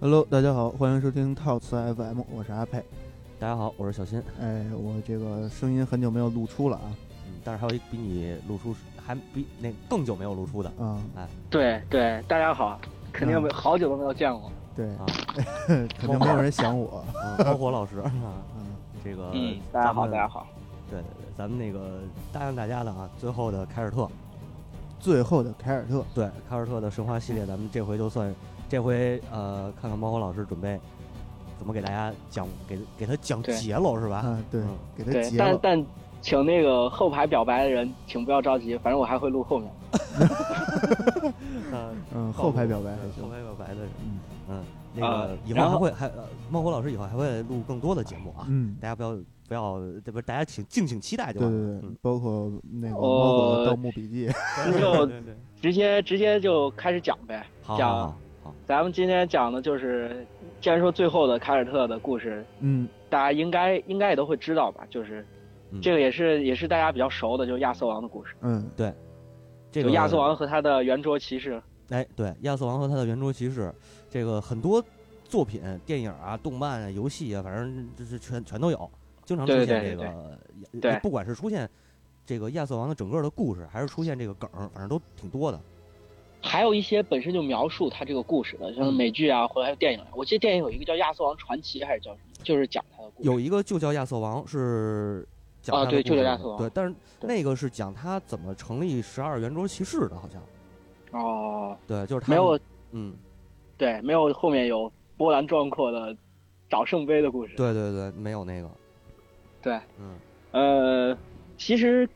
Hello，大家好，欢迎收听套词 FM，我是阿佩。大家好，我是小新。哎，我这个声音很久没有露出了啊嗯，但是还有一比你露出还比那更久没有露出的哎啊、对对，大家好，肯定没嗯好久都没有见过。对， 啊，肯定没有人想我。 啊包火老师 啊，嗯，这个嗯，大家好，咱们大家好。对对对，咱们那个答应大家的啊，最后的凯尔特，最后的凯尔特，对凯尔特的神话系列，咱们这回就算这回呃，看看猫火老师准备怎么给大家讲，给给他讲对结喽是吧？啊，对嗯，给他对，截但了。但请那个后排表白的人，请不要着急，反正我还会录后面。嗯，嗯，后排表白还对后行。排表白的人，嗯嗯，那啊个以后然还后会还呃猫火老师以后还会录更多的节目啊，嗯，大家不要不要，这不是大家请敬请期待就对对完了。对，嗯包括那个哦包括《盗墓笔记》那就对对直接直接就开始讲呗。好讲好好，咱们今天讲的就是，既然说最后的凯尔特的故事，嗯，大家应该应该也都会知道吧？就是嗯这个也是也是大家比较熟的，就是亚瑟王的故事。嗯这就个亚瑟，王和他的圆桌骑士。哎，对，亚瑟王和他的圆桌骑士，这个很多作品、电影啊、动漫啊、游戏啊，反正这是全全都有，经常出对现对这对个，也对不管是出现这个亚瑟王的整个的故事，还是出现这个梗儿，反正都挺多的。还有一些本身就描述他这个故事的，嗯像美剧啊，或者还有电影。我记得电影有一个叫《亚瑟王传奇》，还是叫什么，就是讲他的故事。有一个就叫亚瑟王，是讲他啊的对故就叫事亚的瑟王对，但是对那个是讲他怎么成立十二圆桌骑士的，好像哦，对，就是他没们有，嗯，对，没有后面有波澜壮阔的找圣杯的故事。对对对，没有那个，对，嗯呃，其实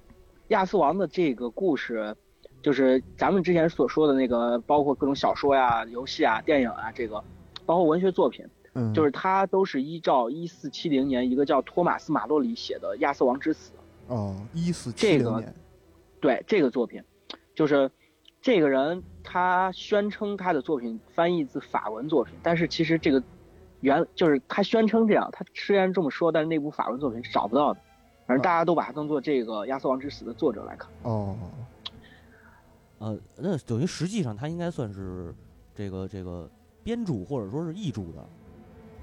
亚瑟王的这个故事，就是咱们之前所说的那个，包括各种小说呀、游戏啊、电影啊，这个，包括文学作品，嗯，就是它都是依照一四七零年一个叫托马斯马洛里写的《亚瑟王之死》。哦，一四七这零个年，对这个作品，就是这个人他宣称他的作品翻译自法文作品，但是其实这个原就是他宣称这样，他虽然这么说，但是那部法文作品是找不到的。反正大家都把他当做这个《亚瑟王之死》的作者来看。哦，呃，那等于实际上他应该算是这个这个编著或者说是译著的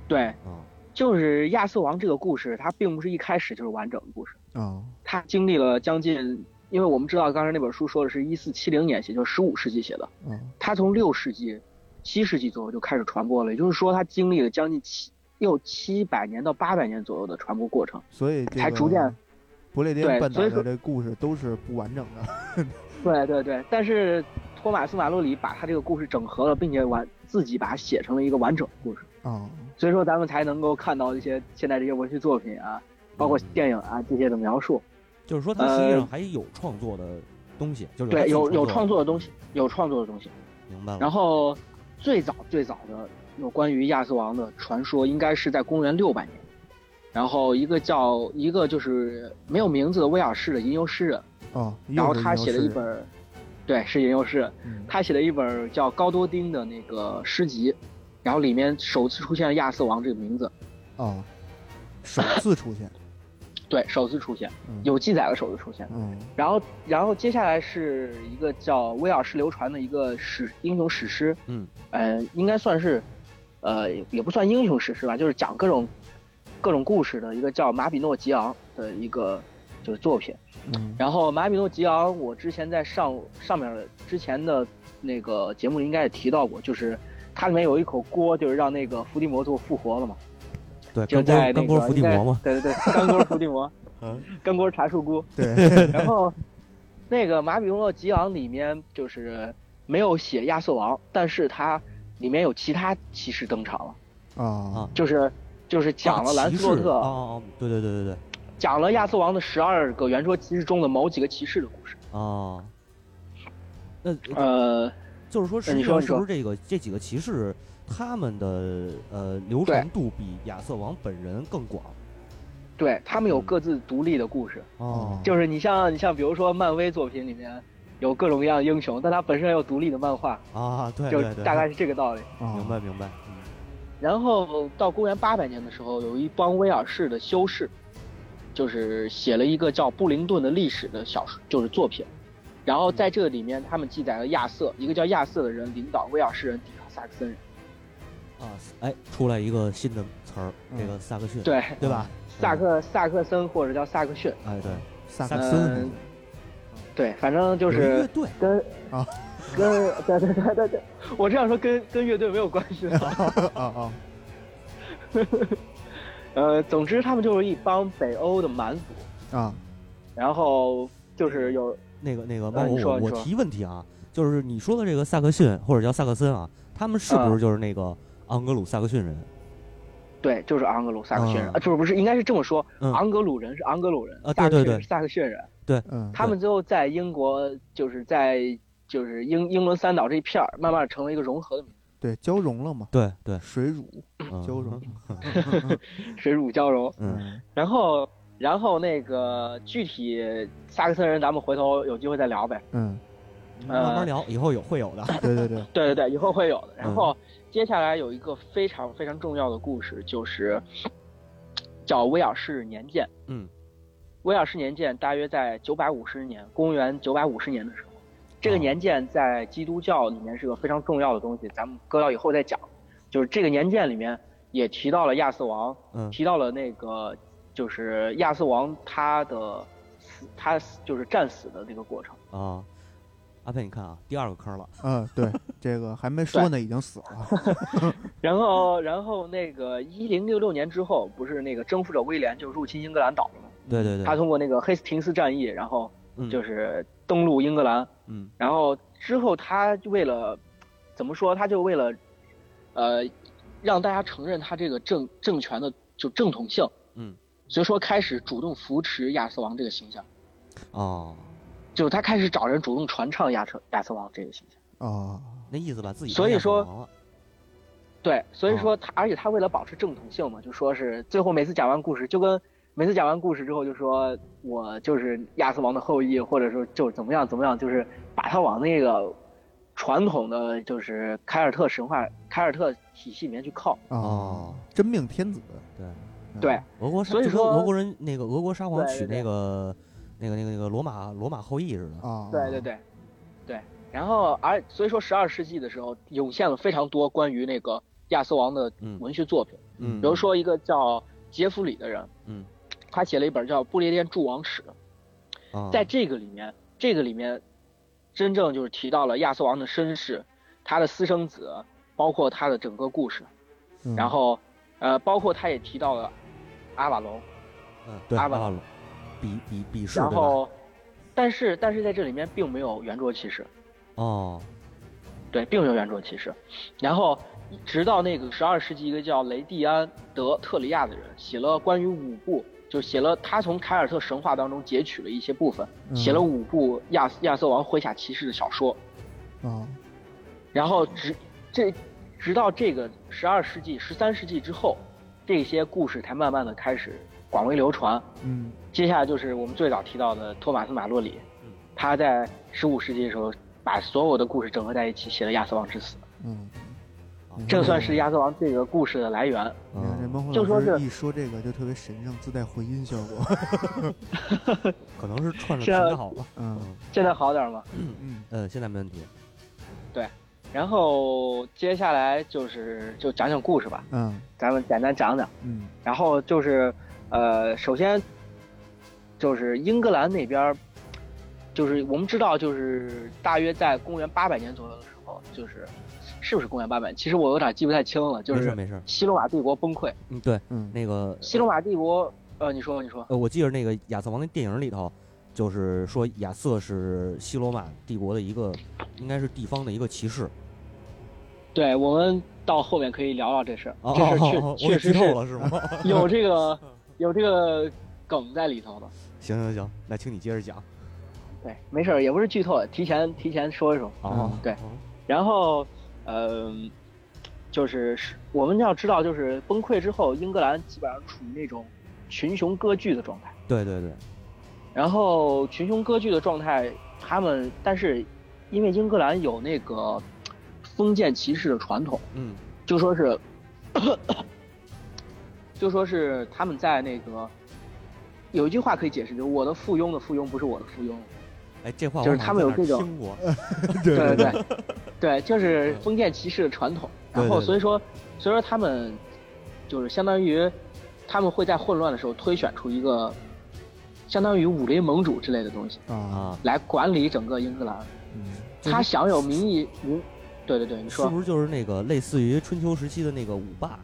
对，啊，就是亚瑟王这个故事，它并不是一开始就是完整的故事，哦，它经历了将近，因为我们知道刚才那本书说的是一四七零年写，就是十五世纪写的，哦，它从六世纪、七世纪左右就开始传播了，也就是说，它经历了将近七又七百年到八百年左右的传播过程。所以这还个逐渐不列颠对半岛所以的说这故事都是不完整的。对对对，但是托马斯马洛里把他这个故事整合了，并且完自己把它写成了一个完整的故事，哦，所以说咱们才能够看到一些现在这些文学作品啊，包括电影啊这些的描述。就是说他实际上还有创作的东西，就是呃对，有有创作作的东西，有创作的东西。的，明嗯白了。然后后最早最早的有关于亚瑟王的传说，应该是在公元六百年。然后一个叫一个就是没有名字的威尔士的吟游诗人，哦，然后又是他吟游写了诗一人，本，对，是吟游诗人，嗯他写了一本叫《高多丁》的那个诗集，然后里面首次出现了亚瑟王这个名字，哦，首次出现，对，首次出现，嗯有记载的首次出现。嗯然后，然后接下来是一个叫威尔士流传的一个史英雄史诗，嗯，呃，应该算是，呃，也不算英雄史诗吧，就是讲各种各种故事的一个叫马比诺吉昂的一个就是作品。嗯然后马比诺吉昂，我之前在上上面的之前的那个节目里应该也提到过，就是它里面有一口锅，就是让那个伏地魔最后复活了嘛，对，就干在锅干那锅个伏地魔嘛，应该对对对，干锅伏地魔， 嗯，干锅茶树菇，对，然后，那个《马比诺吉昂》里面就是没有写亚瑟王，但是它里面有其他骑士登场了，嗯 啊就是就是讲了兰斯洛特，哦哦，对对对对对，讲了亚瑟王的十二个圆桌骑士中的某几个骑士的故事。哦。那呃，就是说，实你际说上你是说不是这个这几个骑士他们的呃流传度比亚瑟王本人更广？对他们有各自独立的故事，哦，就是你像你像比如说漫威作品里面有各种各样的英雄，但他本身也有独立的漫画，啊，对就对对，大概是这个道理。啊，明白明白，然后到公元八百年的时候，有一帮威尔士的修士，就是写了一个叫《布灵顿的历史》的小说，就是作品。然后在这里面，他们记载了亚瑟，一个叫亚瑟的人领导威尔士人抵抗萨克森人。哦啊，哎，出来一个新的词儿，这个萨克逊，嗯对，嗯对吧？萨克萨克森或者叫萨克逊，哎，对，萨萨克克森对，反正嗯就有一乐是队，跟啊跟对对对对对，我这样说跟跟乐队没有关系的。啊啊呃，总之他们就是一帮北欧的蛮族，啊然后就是有那个那个，嗯猫你我说我你说提问题啊，就是你说的这个萨克逊或者叫萨克森啊，他们是嗯不是就是那个盎格鲁撒克逊人？对，就是盎格鲁撒克逊人，嗯啊，就是不是应该是这么说，嗯盎格鲁人是盎格鲁人啊，萨克对对逊人对是萨克逊人，嗯他们最后在英国就是在就是英英伦三岛这一片儿，慢慢成为一个融合的民对交融了嘛，对对，水乳嗯交融，族，水乳交融。嗯，然后然后那个具体萨克森人，咱们回头有机会再聊呗。嗯慢呃慢聊，以后有会有的。对对对对对对，以后会有的。然嗯后接下来有一个非常非常重要的故事，就是叫威尔士年鉴。嗯，威尔士年鉴大约在九百五十年，公元九百五十年的时候，这个哦年鉴在基督教里面是个非常重要的东西，咱们搁到以后再讲。就是这个年鉴里面也提到了亚瑟王，嗯提到了那个就是亚瑟王他的死，他就是战死的那个过程。啊，阿佩，你看啊，第二个坑了。嗯对，这个还没说呢，已经死了，然后， 然后那个一零六六年之后，不是那个征服者威廉就入侵英格兰岛了吗？对对对，他通过那个黑斯廷斯战役，然后嗯嗯就是登陆英格兰，嗯然后之后他为了怎么说，他就为了呃让大家承认他这个政政权的就正统性，嗯，所以说开始主动扶持亚瑟王这个形象，哦，就是他开始找人主动传唱亚瑟亚瑟王这个形象。啊那意思把自己所以当亚瑟说王了对，所哦以说他，而且他为了保持正统性嘛，就说是最后每次讲完故事，就跟每次讲完故事之后就说我就是亚瑟王的后裔，或者说就怎么样怎么样，就是把他往那个传统的就是凯尔特神话、凯尔特体系里面去靠。啊哦，真命天子对，嗯对，俄国所以就跟说俄国人那个俄国沙皇对娶对对那个那个那个那个罗马罗马后裔似的。啊对对对，对。然后而所以说，十二世纪的时候涌现了非常多关于那个亚瑟王的嗯文学作品，嗯，比如说一个叫杰弗里的人，嗯，他写了一本叫《不列颠诸王史》。啊在这个里面，这个里面真正就是提到了亚瑟王的身世，他的私生子，包括他的整个故事，嗯然后呃，包括他也提到了阿瓦隆，嗯对阿阿瓦瓦隆，比比比试然对吧？后，但是但是在这里面并没有圆桌骑士，哦，对，并没有圆桌骑士，然后。直到那个十二世纪，一个叫雷蒂安·德特里亚的人写了关于五部，就写了他从凯尔特神话当中截取了一些部分，嗯写了五部亚亚瑟王麾下骑士的小说。啊然后直这直到这个十二世纪、十三世纪之后，这些故事才慢慢的开始广为流传。嗯接下来就是我们最早提到的托马斯·马洛里嗯，他在十五世纪的时候把所有的故事整合在一起，写了《亚瑟王之死》，嗯，啊嗯这算是亚瑟王这个故事的来源。你看这嗯孟获就老说师是一说这个就特别神圣，自带回音效果，可能是串着是挺好了。嗯现在好点儿吗？嗯嗯，现在没问题。然后接下来就是就讲讲故事吧，嗯咱们简单讲讲。嗯然后就是，呃，首先就是英格兰那边儿，就是我们知道，就是大约在公元八百年左右的时候，就是是不是公元八百？其实我有点记不太清了。就没事是没事，西罗马帝国崩溃，嗯，对，嗯那个西罗马帝国，呃，你说你说，呃，我记着那个亚瑟王那电影里头，就是说亚瑟是西罗马帝国的一个，应该是地方的一个骑士。对我们到后面可以聊聊这事儿，哦这哦事哦儿哦，确我给剧确实透是了是吗？ 有这个有这个梗在里头的。行行行，那请你接着讲。对，没事儿，也不是剧透，提前提前说一说。哦，嗯对然后，嗯，就是是我们要知道，就是崩溃之后，英格兰基本上处于那种群雄割据的状态。对对对，然后群雄割据的状态，他们但是因为英格兰有那个封建骑士的传统，嗯就说是，就说是他们在那个有一句话可以解释，就是我的附庸的附庸不是我的附庸，哎，这话我就是好像他们有在哪儿这种嗯听过，对对，对对对，就是封建骑士的传统。然对对后对所以说，所以说他们就是相当于他们会在混乱的时候推选出一个相当于武林盟主之类的东西啊，啊，来管理整个英格兰。嗯，就是他享有名义无，对对对，你是说不是就是那个类似于春秋时期的那个五霸？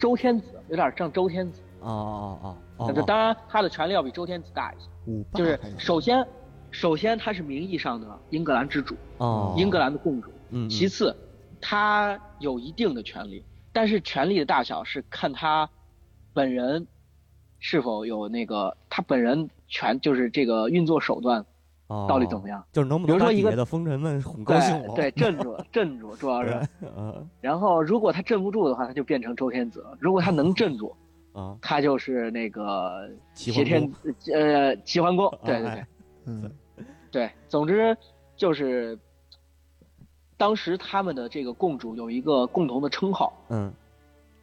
周天子有点像周天子，哦哦哦哦但是哦，当然他的权力要比周天子大一些。五霸就是还有首先，首先他是名义上的英格兰之主，哦，英格兰的共主。嗯，嗯其次，他有一定的权利，但是权力的大小是看他本人是否有那个他本人权，就是这个运作手段到底怎么样？ 样。哦就是能不比能如说把一底个下的风尘们哄高对兴了？对， 镇住镇住，主要是。对，嗯然后如果他镇不住的话，他就变成周天子了；如果他能镇住，啊，他就是那个齐挟桓天公呃齐桓公。对对对。哎嗯对，总之就是当时他们的这个共主有一个共同的称号，嗯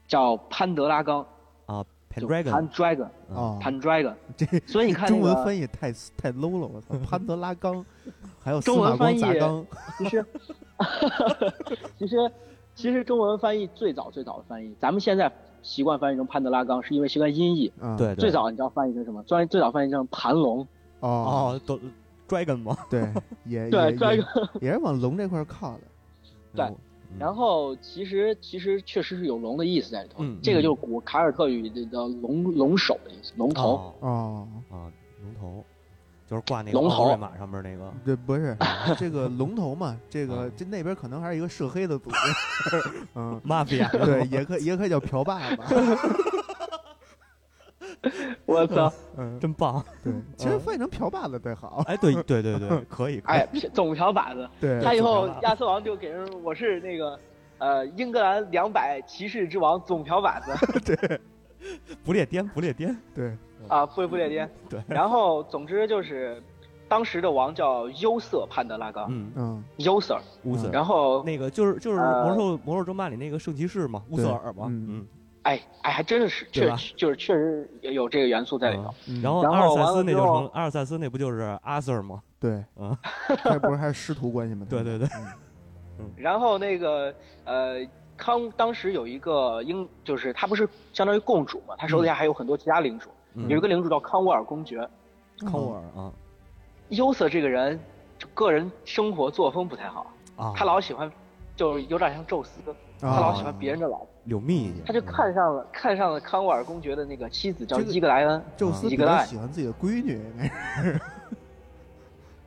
叫潘德拉冈，啊就，Pendragon， Dragon，嗯啊，潘 Dragon。这所以你看、那中个，文翻译太太 low 了，我 操！潘德拉冈，还有司中文马光翻译砸缸，其实 其实其实中文翻译最早最早的翻译，咱们现在习惯翻译成潘德拉冈，是因为习惯音译。啊，嗯对对，最早你知道翻译成什么？最最早翻译成盘龙，哦，哦，都 Dragon 嘛，对，也 对也 Dragon。也也是往龙这块儿靠的，对嗯，然后其实其实确实是有龙的意思在里头，嗯这个嗯就是古凯尔特语的叫龙龙首的意思，龙头。哦哦，啊，龙头，就是挂那个龙奥猴瑞马上面那个，对，不 是这个龙头嘛，这个啊这那边可能还是一个涉黑的组织， 嗯，马比 亚，对，也可也可以叫嫖霸吧，我操！ 嗯， 真棒！对，其实翻译成嫖霸的最好，哎，对对对 对，可以，可以哎，总瓢把子，对，嗯他以后哎总瓢把子亚瑟王就给人，我是那个，呃，英格兰两百骑士之王总瓢把子不列颠，不列颠，对，啊， 不不列颠。对，然后总之就是，当时的王叫优瑟潘德拉冈，嗯，嗯，优瑟。乌瑟尔，然后，那个就是就是呃魔兽魔兽争霸里那个圣骑士嘛，乌瑟尔嘛，嗯嗯，哎哎，还真是对确吧就是确实有这个元素在里头嗯。嗯然后然阿尔后萨完斯了那之就后成阿尔萨斯那不就是阿 Sir 吗？对，嗯这不是还是师徒关系吗？嗯 对对对，然后那个，呃。康当时有一个英，就是他不是相当于共主嘛，他手底嗯下还有很多其他领主，有一个领主叫康沃尔公爵，嗯康沃尔啊优瑟这个人，就个人生活作风不太好，啊，他老喜欢，就是有点像宙斯，啊，他老喜欢别人的老婆，柳密去，他就看上了看上了康沃尔公爵的那个妻子叫这个伊格莱恩，宙斯嗯一比个较爱喜欢自己的闺女，应该是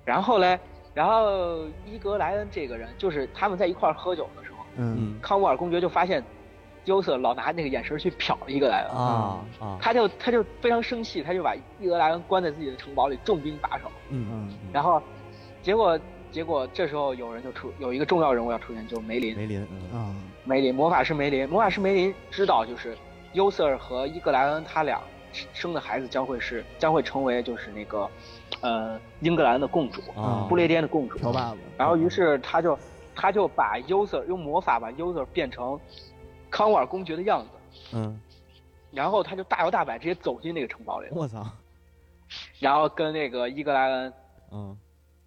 然后嘞，然后伊格莱恩这个人，就是他们在一块儿喝酒的时候，嗯嗯康沃尔公爵就发现，优瑟老拿那个眼神去瞟伊格莱恩，啊啊，他就他就非常生气，他就把伊格莱恩关在自己的城堡里重兵把守，嗯嗯，然后，结果结果这时候有人就出有一个重要人物要出现，就是梅林。梅林，嗯啊，梅林，魔法师梅林，魔法师梅林知道就是优瑟尔和伊格莱恩他俩生的孩子将会是将会成为就是那个，呃，英格兰的共主，啊，嗯不列颠的共主。嫖霸子，然后于是他就他就把优瑟用魔法把优瑟变成康沃尔公爵的样子，嗯，然后他就大摇大摆直接走进那个城堡里了，我操，然后跟那个伊格莱恩，嗯，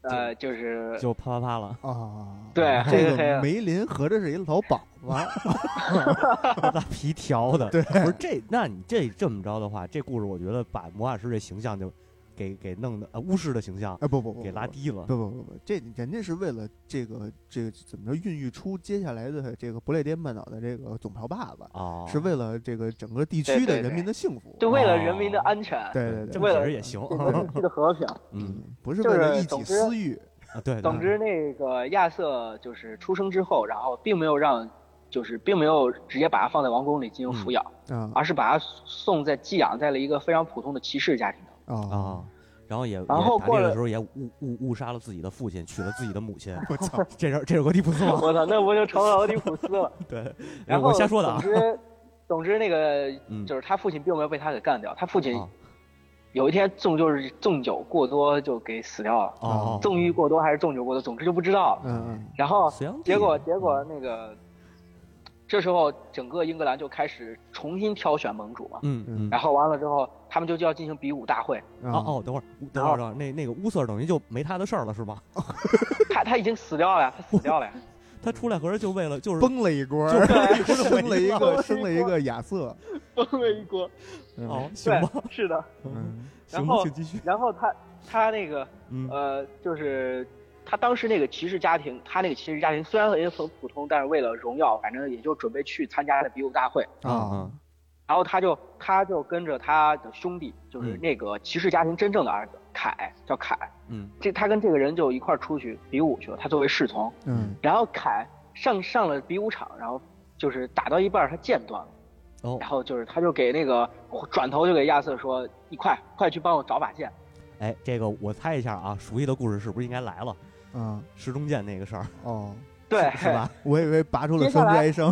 呃，就是就啪啪啪了，啊，对黑这了黑个了梅林合着是一老鸨 子，大皮条的，对不是这，那你这这么着的话，这故事我觉得把魔法师这形象就给给弄的，呃，巫师的形象哎，不不不，给不拉。低了不不不不，这人家是为了这个这个怎么着孕育出接下来的这个不列颠半岛的这个总瓢把子，啊，是为了这个整个地对区的对人对民的幸福。就为了人民的安全，对对这对，么为解了释也行，这个地区的和平。 嗯，，不是就为了是一己总之私欲，啊对，总之，那个亚瑟就是出生之后，然后并没有让，就是并没有直接把他放在王宫里嗯进行抚养，啊而是把他送在寄养在了一个非常普通的骑 士家庭当中。啊啊。然后也，然后也打过猎的了时候也误误误杀了自己的父亲，娶了自己的母亲。 我操，这是这是俄狄浦斯吗？我操，那不就成了俄狄浦斯了？ 对，然后我瞎说 的啊总。之，总之那个嗯就是他父亲并没有被他给干掉，他父亲啊有一天纵就是纵酒过多就给死掉了，哦，纵欲过多还是纵酒过多，总之就不知道了。嗯然后隋炀帝结果结果那个，这时候整个英格兰就开始重新挑选盟主嘛，嗯嗯嗯。然后完了之后，他们就就要进行比武大 会，啊哦哦，等会儿，等会儿，等会儿，那那个乌瑟尔等于就没他的事儿了，是吗？他他已经死掉了呀，他死 掉了呀，他出来合着就为了就是崩了一锅，就 生了一个生生了了一一个亚瑟，崩了一锅。嗯哦，行对吧，，是的。嗯，嗯行然吧，后请继续。然后他他那个嗯呃，就是他当时那个骑士家庭，他那个骑士家庭虽然也很普通，但是为了荣耀，反正也就准备去参加的比武大会。啊，嗯然后他就他就跟着他的兄弟，就是嗯那个骑士家庭真正的儿子凯，叫凯。嗯这他跟这个人就一块儿出去比武去了，他作为侍从。嗯然后凯上上了比武场，然后就是打到一半儿他剑断了，哦然，后就是他就给那个转头就给亚瑟说：“你快快去帮我找把剑。哎，这个我猜一下啊，熟悉的故事是不是应该来了？啊石中剑那个事儿哦，”对，是吧？我以为拔出了分摘生，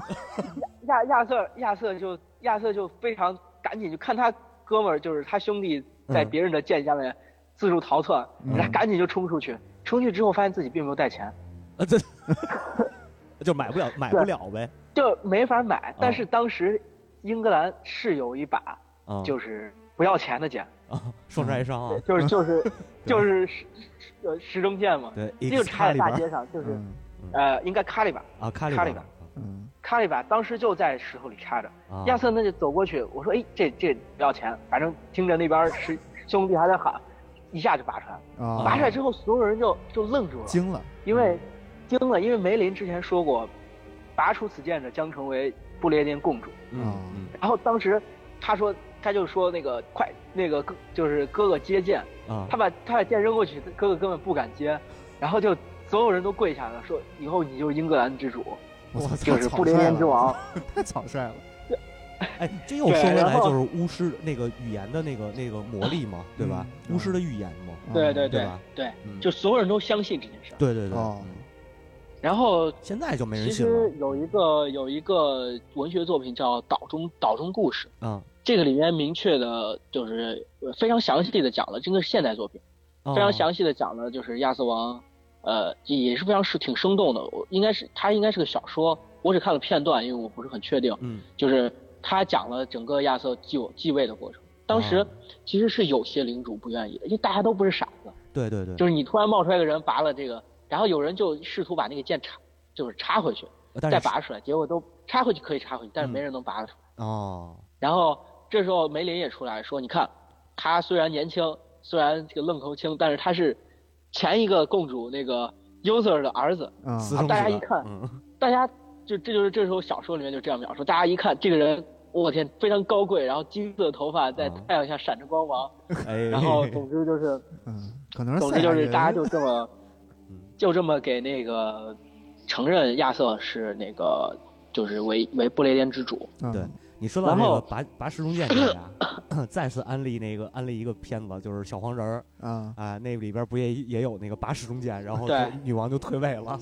亚亚瑟亚瑟就亚瑟就非常赶紧就看他哥们儿就是他兄弟在嗯别人的剑下面自助逃窜，嗯他赶紧就冲出去，冲出去之后发现自己并没有带钱，啊，这就买不了，买不了呗。就没法买哦。但是当时英格兰是有一把啊，就是不要钱的剑，啊，双杀一伤啊，哦 就是就是 就是石呃石中剑嘛，对，这就拆在大街上，就是嗯呃应该卡里把啊，卡里卡里边嗯卡里把当时就在石头里插着。啊，亚瑟那就走过去，我说：“哎，这这不要钱。”反正听着那边是 兄弟还在喊，一下就拔出来了。啊拔出来之后，所有人就就愣住了，哦惊了，因为惊了，因为梅林之前说过，拔出此剑者将成为不列颠共主。啊嗯然后当时他说，他就说那个快，那个哥就是哥哥接剑，嗯啊他，把他把剑扔过去，哥哥根本不敢接，然后就所有人都跪下了，说：“以后你就是英格兰之主，我操，就是不列颠之王。” 太草率了，哎，这又对说回然来，后就是巫师那个语言的那个那个魔力嘛，对吧？嗯巫师的预言嘛， 对对嗯对对吧对嗯，就所有人都相信这件事儿。对对对。哦嗯然后现在就没人其信了实有一个有一个文学作品叫《岛中岛中故事》，啊，这个里面明确的就是呃非常详细的讲了，这个是现代作品，非非常详细的讲了就是亚瑟王，呃，也是非常是挺生动的。我应该是它应该是个小说，我只看了片段，因为我不是很确定。嗯就是他讲了整个亚瑟继继位的过程。当时哦其实是有些领主不愿意的，因为大家都不是傻子，对对对，就是你突然冒出来个人拔了这个，然后有人就试图把那个剑插，就是插回去，但再是嗯拔出来，结果都插回去可以插回去，但是没人能拔得出来。哦，然后这时候梅林也出来说：“你看，他虽然年轻，虽然这个愣头青，但是他是前一个共主那个 user 的儿子。啊私生大家子一看 嗯”大家就这就是这时候小说里面就这样描述，大家一看这个人，我天，非常高贵，然后金色的头发在嗯太阳下闪着光芒，哎，然后总 之就是，嗯，可能是总赛之亚就是人，大家就 这么嗯，就这么给那个承认亚瑟是那个就是为为不列颠之主，啊嗯对你说到然这个后拔拔石中剑这个 呀，再次安利那个安利一个片子，就是小黄人儿啊，啊，那里边不也也有那个拔石中剑，然后对就女王就退 位了，啊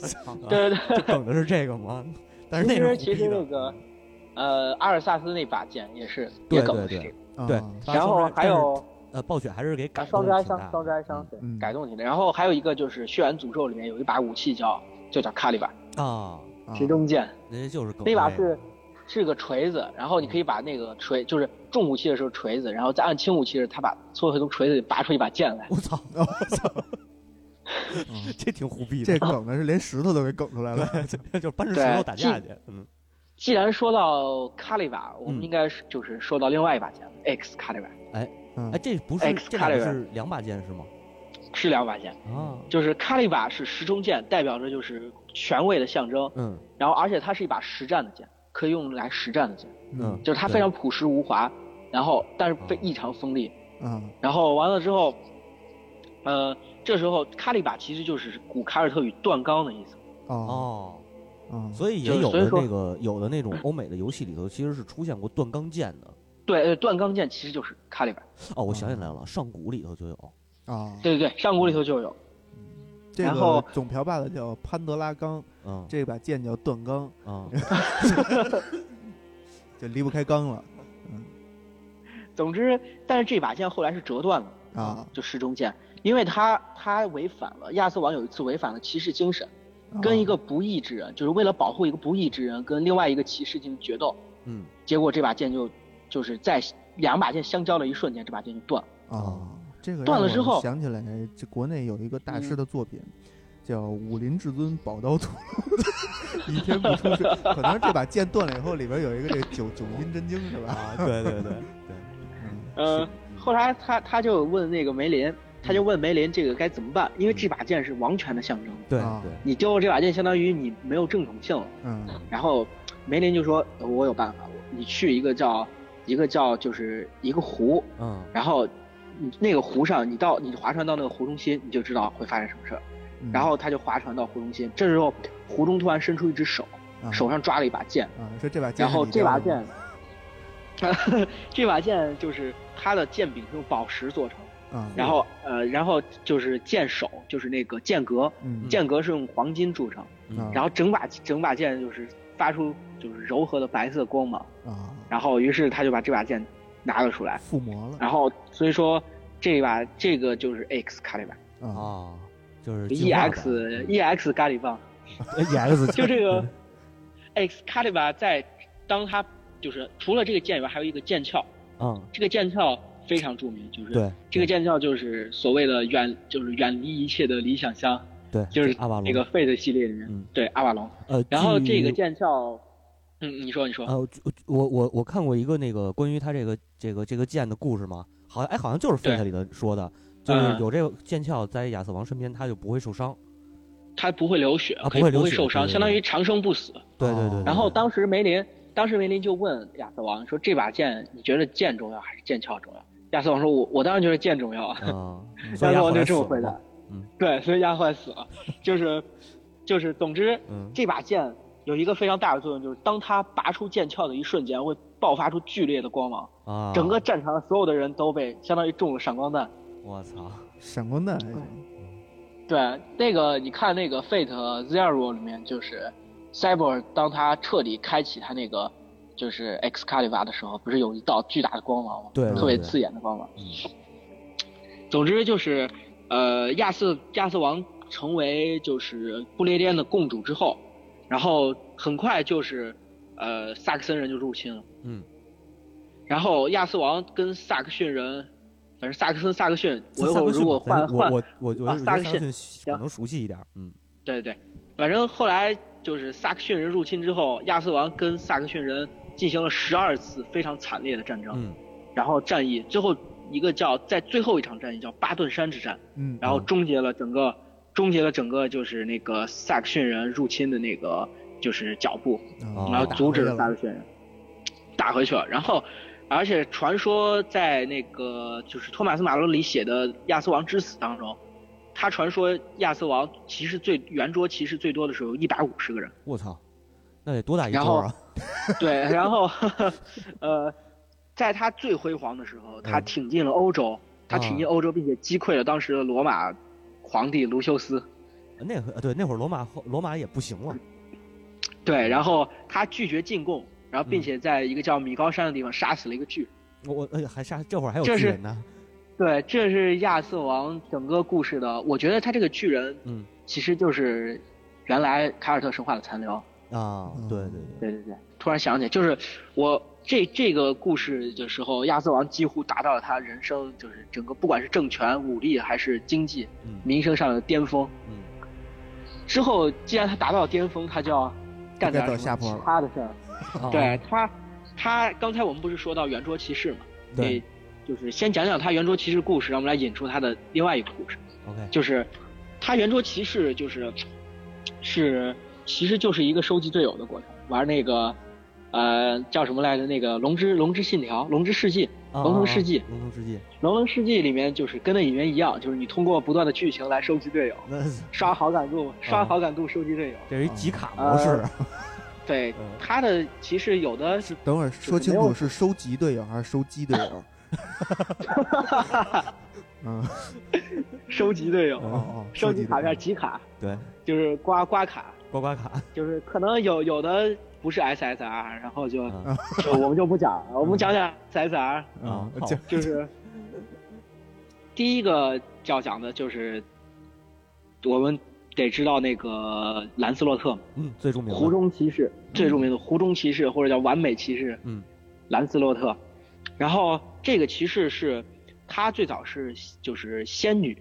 对对对。就等着是这个嘛。但是其那实是其胡实逼那的，个，呃，阿尔萨斯那把剑也是对也梗的对是对这个，对啊，拔然双后摘还有但是呃暴雪还是给啊改双动摘挺大伤的，双摘伤，对，嗯改动挺大。然后还有一个就是《血缘诅咒》里面有一把武器叫就叫卡里巴啊，啊石中剑，人家就是梗那把类是是个锤子，然后你可以把那个锤就是重武器的时候锤子，然后再按轻武器的时候，他把所有从锤子里拔出一把剑来。我操，我操，这挺胡逼的，嗯这 梗的是连石头都给梗出来了，这 就是搬着石头打架去，嗯既然说到卡里巴，我们嗯应该是就是说到另外一把剑，X 卡里巴嗯哎，这不是这两个是两把剑是吗？是两把剑，啊，就是卡里巴是石中剑，代表着就是权位的象征。嗯然后而且它是一把实战的剑，可以用来实战的剑，嗯，就是它对非常朴实无华，然后但是非哦异常锋利。啊然后完了之后，呃，这时候卡利巴其实就是古凯尔特语断钢的意思。哦哦，哦，所以就也是有所以的说那个有的那种欧美的游戏里头其实是出现过断钢剑的。对，呃，断钢剑其实就是卡利巴。哦，我想起来了，上古里头就有。啊，对对对，上古里头就有。这然个后总瓢把子叫潘德拉冈，嗯这把剑叫断钢，嗯， 就离不开钢了总之，但是这把剑后来是折断了，啊就石中剑，因为它它违反了亚瑟王有一次违反了骑士精神，跟一个个不义之人，就是为了保护一个不义之人，跟另外一个骑士进行决斗，嗯，结果这把剑就就是在两把剑相交的一瞬间，这把剑就断了。啊，这个哦断让了之我后想起来，这国内有一个大师嗯的作品。叫《武林至尊宝刀图》， 一天不出水，可能是这把剑断了以后，里边有一个这个九九阴真经是吧？啊，对对对对，嗯呃，后来他他就问那个梅林，他就问梅林这个该怎么办，因为这把剑是王权的象征，对啊对，你丢了这把剑，相当于你没有正统性了。嗯然后梅林就说：“呃我有办法，我你去一个叫一个叫就是一个湖，嗯然后你那个湖上，你到你划船到那个湖中心，你就知道会发生什么事儿。”嗯然后他就划船到湖中心，这时候湖中突然伸出一只手，啊手上抓了一把剑，啊，说这把剑然是后你这掉把的吗剑，这把剑就是它的剑柄是用宝石做成，嗯啊，然后呃，然后就是剑首，就是那个剑格，嗯剑格是用黄金铸成，嗯啊然后整把整把剑就是发出就是柔和的白色光芒，啊，然后于是他就把这把剑拿了出来，附魔了然后所以说这把这个就是，E X 卡里啊巴啊，就是进化版 EX EX 咖 喱棒， EX 就这个 X 卡里巴在当他就是除了这个剑以外，还有一个剑鞘，嗯，这个剑鞘非常著名，就是对，这个剑鞘就是所谓的远，就是远离一切的理想乡，对，就是阿瓦隆那个 Fate 系列里面，嗯对阿瓦隆。呃，然后这个剑剑鞘，嗯，你说你说，呃，我我我看过一个那个关于他这个这个这个剑的故事嘛，好像哎好像就是 Fate 对里的说的，就是嗯有这个剑鞘在亚瑟王身边，他就不会受伤。它不会流血，啊可不会以流不会血受伤，对对相当对于长生不死。对对对，哦对然后对当时梅林，当时梅林就问亚瑟王说：“这把剑，你觉得剑重要还是剑鞘重要？”亚瑟王说：“我我当然觉得剑重要啊。 啊，”所以亚瑟亚王瑟王就这么死回了答嘛。嗯，对，所以亚瑟王死了，就是，就是，总之，嗯这把剑有一个非常大的作用，就是当它拔出剑鞘的一瞬间，会爆发出剧烈的光芒，啊，整个战场上所有的人都被相当于中了闪光弹。我操，闪光弹还行对，那个你看那个 Fate Zero 里面，就是 Cyber 当他彻底开启他那个就是 Excalibur 的时候，不是有一道巨大的光芒吗？对对特别对刺眼的光芒。嗯总之就是，呃，亚瑟亚瑟王成为就是不列颠的共主之后，然后很快就是，呃，萨克森人就入侵了。嗯，然后亚瑟王跟萨克逊人，反正萨克森萨克逊，我萨一会儿克逊如果吧反换正换我我我啊我觉萨得克萨克逊逊可行能熟悉一点儿，嗯对对对，反正后来就是萨克逊人入侵之后，亚瑟王跟萨克逊人进行了十二次非常惨烈的战争，嗯然后战役最后一个叫在最后一场战役叫巴顿山之战，嗯然后终结了整个终结了整个就是那个萨克逊人入侵的那个就是脚步，啊然后打阻止回了来萨克逊人，打回去了。然后，而且传说在那个就是托马斯马洛里写的《亚瑟王之死》当中，他传说亚瑟王骑士最圆桌骑士最多的时候一百五十个人。我操，那得多大一然桌后啊？对，然后呃，在他最辉煌的时候，他嗯挺进了欧洲，他挺进啊欧洲，并且击溃了当时的罗马皇帝卢修斯。那会呃对那会儿罗马后罗马也不行了，嗯对，然后他拒绝进贡，然后嗯并且在一个叫米高山的地方杀死了一个巨人。我我哎还杀这会儿还有这巨是人呢，对，这是亚瑟王整个故事的。我觉得他这个巨人嗯其实就是原来凯尔特神话的残留。啊，嗯对对对，对对对，突然想起，就是我这这个故事的时候，亚瑟王几乎达到了他人生就是整个不管是政权、武力还是经济、嗯民生上的巅峰。嗯。之后，既然他达到巅峰，他就要干点该走什下么坡其了哦他的事儿。啊对他，他刚才我们不是说到圆桌骑士嘛？对，就是先讲讲他圆桌骑士故事，让我们来引出他的另外一个故事。 ，OK，就是他圆桌骑士就是是其实就是一个收集队友的过程，玩那个呃叫什么来着？那个龙之龙之信条、龙之世纪、啊龙啊腾啊世纪、龙腾世纪，龙腾世纪里面就是跟那里面一样，就是你通过不断的剧情来收集队友，那刷好感度、刷好感度收集队友。这是一集卡模式呃，对嗯他的骑士有的是等会儿说清没楚有是收集队友还是收击队 友？ 嗯，收集队友、哦哦，收集集卡队友片、集卡，对，就是刮刮卡。刮刮卡，就是可能有有的不是 SSR，然后就、嗯就我们就不讲了，我们讲讲 SSR，啊啊，哦好就就是第一个要讲的就是我们得知道那个兰斯洛特嘛，嗯，最著名的湖中骑士最著名的湖中骑士或者叫完美骑士，嗯，兰斯洛特。然后这个骑士是，他最早是就是仙女，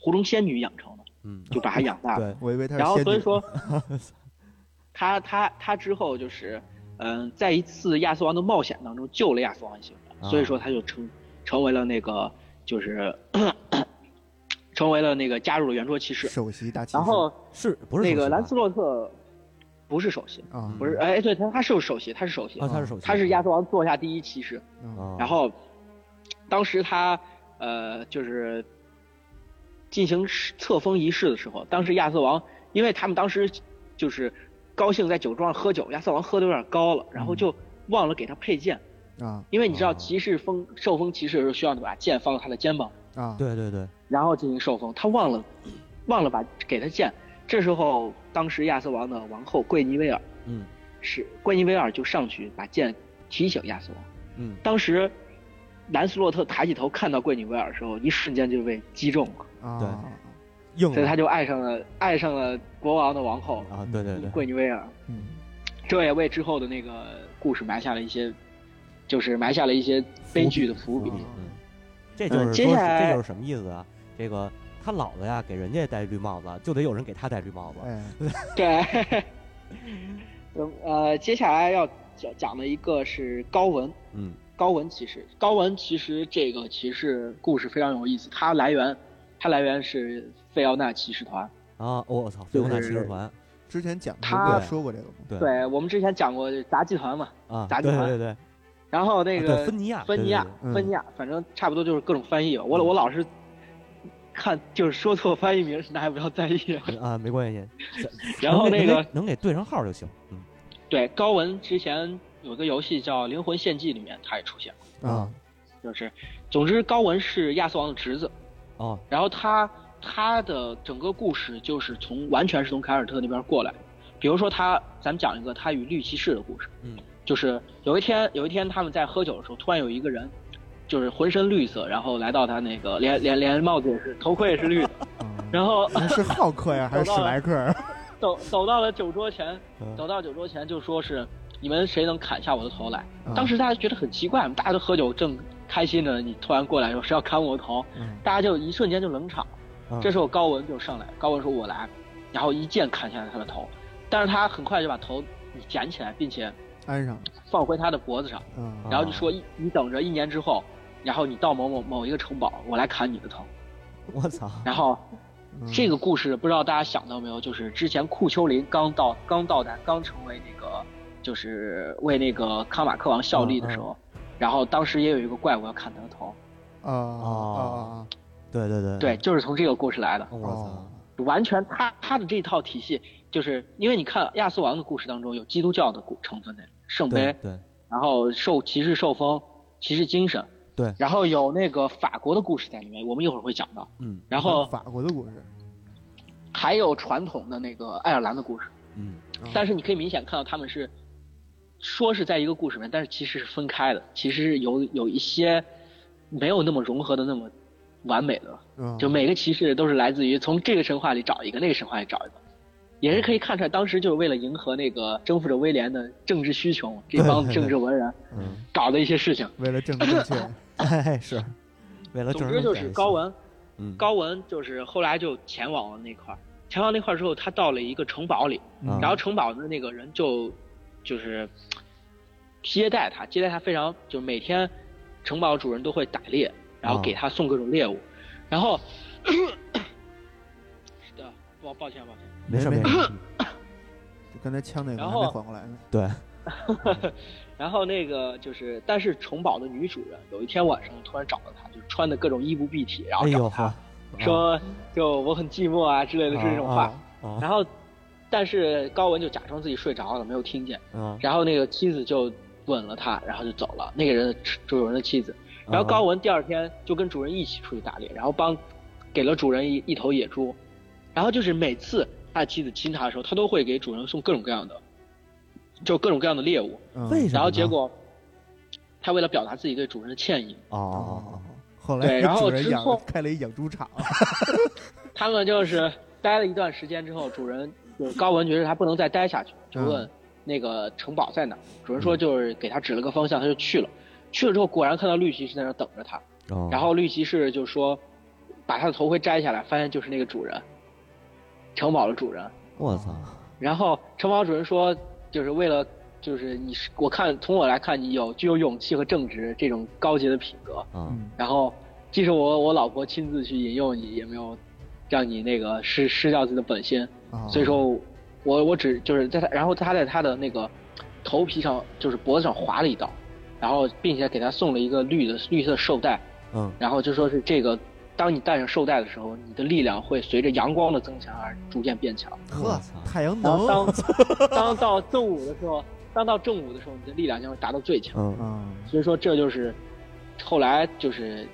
湖中仙女养成的，嗯，就把他养大了。对，我以为他是然后仙所以女 说，他他他之后就是，嗯、在一次亚瑟王的冒险当中救了亚瑟王一行人，啊所以说他就成成为了那个就是 成为了那个加入了圆桌骑士。首席大骑士。然后是不是啊那首个席兰吧斯洛特不是首席，啊，不是哎对他他是首席，他是首席，啊，他是首席，他是亚瑟王座下第一骑士。嗯，啊，然后当时他呃就是进行试册封仪式的时候，当时亚瑟王，因为他们当时就是高兴在酒桌上喝酒，亚瑟王喝的有点高了，然后就忘了给他配剑，啊因为你知嗯哦道骑士封受封骑士的时候需要把剑放到他的肩膀，啊，对对对，然后进行受封，他忘了忘了把给他剑，这时候当时亚瑟王的王后桂妮威尔嗯是桂妮威尔就上去把剑提醒亚瑟王。嗯，当时兰斯洛特抬起头看到桂女威尔的时候，一瞬间就被击中了，啊，对硬所以了他就爱上了爱上了国王的王后啊，对对对，桂女威尔，嗯，这也为之后的那个故事埋下了一些，就是埋下了一些悲剧的伏笔伏笔。嗯，这就是嗯接说下是这来就是什么意思啊？这个他老子呀，给人家戴绿帽子，就得有人给他戴绿帽子。哎，对，嗯呃，接下来要讲讲的一个是高文，嗯高文骑士。高文其实这个骑士故事非常有意思，它来源它来源是费奥纳骑士团。啊，我操，菲就欧纳骑是士团，之前讲过，他我也说过这个吗？对对我们之前讲过杂技团嘛，啊，打对底盘对对，然后那对个、啊对芬尼亚，芬尼亚对，对嗯对芬尼亚，反正差不多就是各种翻译吧。我我老是看就是说错翻译名，大家不要在 意。对对啊，没关 系。然后能给那能 个给能给对上号就行。嗯对高文之前有个游戏叫《灵魂献祭》，里面他也出现过。啊，就是，总之高文是亚瑟王的侄子，哦，然后他他的整个故事就是从完全是从凯尔特那边过来的。比如说他，咱们讲一个他与绿骑士的故事。嗯就是有一天，有一天他们在喝酒的时候，突然有一个人，就是浑身绿色，然后来到他那个连连连帽子也是，头盔也是绿的，啊嗯 然后你是浩克 呀，还是史莱克啊？走走到了酒桌前，嗯走到酒桌前就说是你们谁能砍下我的头来？嗯啊当时大家觉得很奇怪，大家都喝酒正开心呢，你突然过来说谁要砍我的头，嗯大家就一瞬间就冷场嗯。这时候高文就上来，高文说我来，然后一剑砍下了他的头，但是他很快就把头捡起来，并且安上放回他的脖子上。啊然后就说一你等着一年之后，然后你到某某某一个城堡，我来砍你的头。 我 操，然后嗯这个故事不知道大家想到没有，就是之前库丘林刚到刚到达刚成为那个就是为那个康马克王效力的时候，嗯然后当时也有一个怪物要砍他的头，啊哦啊啊对对对对，，就是从这个故事来的，我哦操，完全他他的这套体系就是因为你看亚瑟王的故事当中有基督教的故成分在里面，圣对杯，对然后受骑士受封，骑士精神。对然后有那个法国的故事在里面，我们一会儿会讲到。嗯然后法国的故事，还有传统的那个爱尔兰的故事，嗯，但是你可以明显看到他们是说是在一个故事里面，但是其实是分开的，其实是有有一些没有那么融合的那么完美的，嗯就每个骑士都是来自于从这个神话里找一个，那个神话里找一个。也是可以看出来，当时就是为了迎合那个征服者威廉的政治需求，这帮对对对政治文人嗯搞的一些事情。为了政治正确， 哎是，为了总证之明就是高，文嗯高文就是后来就前往了那块儿，前往那块儿之后，他到了一个城堡里，嗯然后城堡的那个人就就是接待他，接待他非常就每天城堡主人都会打猎，然后给他送各种猎物，然后，对，抱抱歉抱歉，没事没没事，就刚才枪那个然还没后缓过来呢， 对，然后那个就是，但是城堡的女主人有一天晚上突然找到他，就穿的各种衣不蔽体，然哎后呦找他、 呵，说就我很寂寞啊之类的这种话，啊啊然后。但是高文就假装自己睡着了，没有听见。啊，然后那个妻子就吻了他，然后就走了。那个人的主人的妻子，嗯啊然后高文第二天就跟主人一起出去打猎，然后帮给了主人一一头野猪，然后就是每次他的妻子亲他的时候，他都会给主人送各种各样的，就各种各样的猎物。嗯为什么呢？然后结果，他为了表达自己对主人的歉意，哦哦哦啊嗯哦，后来对然后主人之养后开了一养猪场，他们就是待了一段时间之后，主人就是高文觉得他不能再待下去，就问那个城堡在哪儿。主人说就是给他指了个方向，他就去了。去了之后，果然看到绿骑士在那儿等着他。哦然后绿骑士就说，把他的头盔摘下来，发现就是那个主人，城堡的主人。我操，啊然后城堡主人说，就是为了，就是你是我看从我来看，你有具有勇气和正直这种高洁的品格。啊，嗯，然后即使我我老婆亲自去引诱你，也没有让你那个失失掉自己的本心。啊所以说我我只就是在他，然后他在他的那个头皮上，就是脖子上划了一刀，然后并且给他送了一个绿的绿色绶带，嗯，然后就说是这个，当你戴上绶带的时候，你的力量会随着阳光的增强而逐渐变强。呵我操，太阳然后能当当到正午的时候，当到正午的时候，你的力量将会达到最强。嗯，啊，所以说这就是后来就是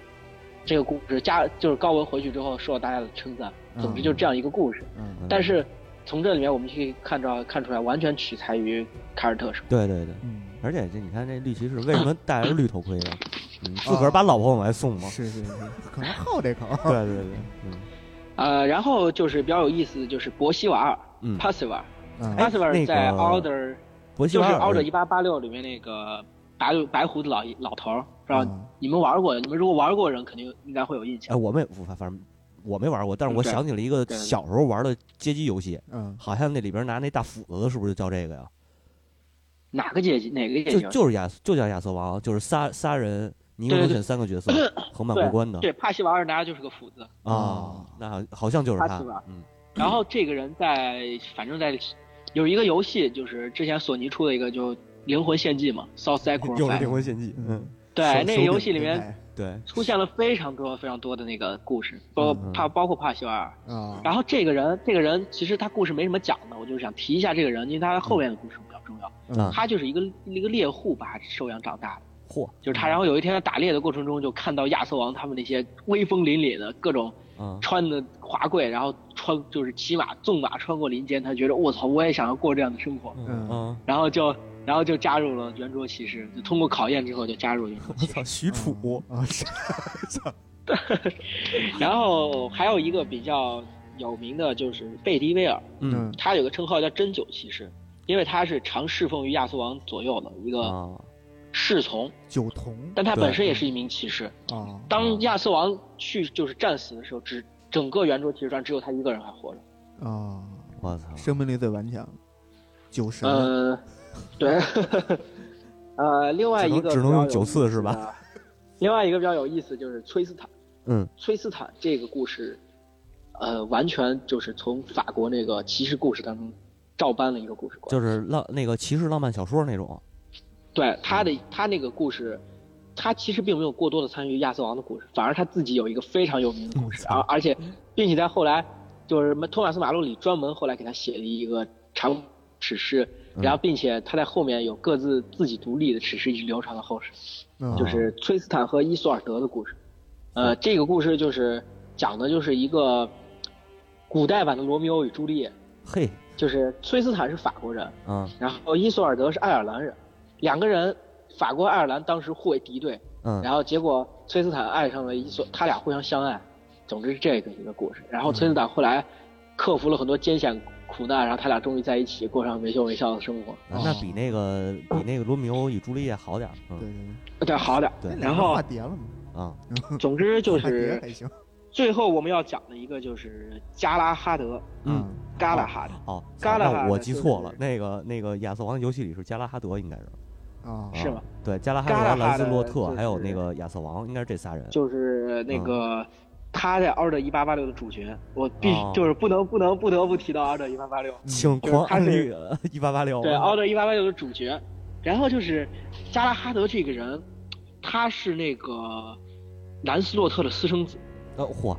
这个故事加就是高文回去之后受到大家的称赞。总之就是这样一个故事。嗯但是从这里面我们去看到看出来，完全取材于凯尔特神话。对对对，嗯，而且这你看这绿骑士为什么戴了个绿头盔 呀？你自个儿把老婆往外送吗？是是是，嗯 可能好这口儿，对对对，嗯，呃，然后就是比较有意思的就是伯希瓦尔、嗯 p a s i v a r 嗯 p a s i v a 那 r 个在 Order、伯希就是瓦 Order 尔一八八六里面那个白白胡子老老头儿，不知道嗯你们玩过？你们如果玩过的人，肯定应该会有印哎，象。我们反反正我没玩过，但是嗯我对想起了一个对对小时候玩的街机游戏，嗯好像那里边拿那大斧子的，是不是就叫这个呀？哪个阶级？哪个阶就级？啊就是亚就叫亚瑟王，就是仨仨人，你一对共能对对选三个角色，横版过关的对，帕西瓦尔拿的就是个斧子。啊哦，那好好像就是他他是吧，嗯然后这个人在，反正在有一个游戏，就是之前索尼出的一个，就《灵魂献祭》嘛，《South Cycle 又是 Five 灵魂献祭，嗯嗯，对，那个游戏里手面柄对，出现了非常多非常多的那个故事，包嗯嗯帕包括帕西瓦尔。啊，然后这个人，这个人其实他故事没什么讲的，我就是想提一下这个人，因为嗯他后面的故事比较重要。嗯啊他就是一个一个猎户把他收养长大的，嚯就是他。然后有一天在打猎的过程中，就看到亚瑟王他们那些威风凛凛的各种啊，穿的华贵，然后穿就是骑马纵马穿过林间，他觉得我操，我也想要过这样的生活，嗯嗯啊，然后就然后就加入了圆桌骑士，就通过考验之后就加入了圆桌我骑士。操，许褚啊，是然后还有一个比较有名的就是贝迪威尔，嗯嗯他有个称号叫针灸骑士，因为他是常侍奉于亚瑟王左右的一个啊，侍从，酒童但他对嗯本身也是一名骑士。啊，当亚瑟王去就是战死的时候，只整个圆桌骑士团只有他一个人还活着。啊，我操，生命力最顽强，酒神，呃，对， 呃，另外一个只能比较只能用九次有意思是吧的？另外一个比较有意思就是崔斯坦，嗯，崔斯坦这个故事，呃，完全就是从法国那个骑士故事当中照搬了一个故事过来。就是浪那个骑士浪漫小说那种，对他的他那个故事，他其实并没有过多的参与亚瑟王的故事，反而他自己有一个非常有名的故事，而而且，并且在后来就是托马斯马洛里专门后来给他写了一个长史诗，然后并且他在后面有各自自己独立的史诗，一直流传到后世，嗯就是崔斯坦和伊索尔德的故事。呃，这个故事就是讲的就是一个古代版的罗密欧与朱丽叶，嘿，就是崔斯坦是法国人，啊，然后伊索尔德是爱尔兰人，两个人法国爱尔兰当时互为敌对，嗯然后结果崔斯坦爱上了伊索，他俩互相相爱。总之是这个一个故事。然后崔斯坦后来克服了很多艰险苦难，然后他俩终于在一起过上没羞没笑的生活，啊那比那个比那个罗密欧与朱丽叶好点儿，对嗯对对，对，好点儿。对那然两个后化蝶了嘛，啊，总之就化蝶是还行，最后我们要讲的一个就是加拉哈德，嗯，嘎拉哈德。哦，嘎拉哈那我记错了就，是那个那个亚瑟王游戏里是加拉哈德，应该是啊是吗？啊对，加拉哈加拉德、哈兰斯德洛特就是还有那个亚瑟王，应该是这仨人。就是那个他在《奥尔的一八八六》的主角，我必须嗯哦就是不能不能不得不提到《奥尔的一八八六》。请就是狂他安利是一八八六。啊对，《奥德一八八六》的主角。然后就是加拉哈德这个人，他是那个兰斯洛特的私生子。呃，嚯，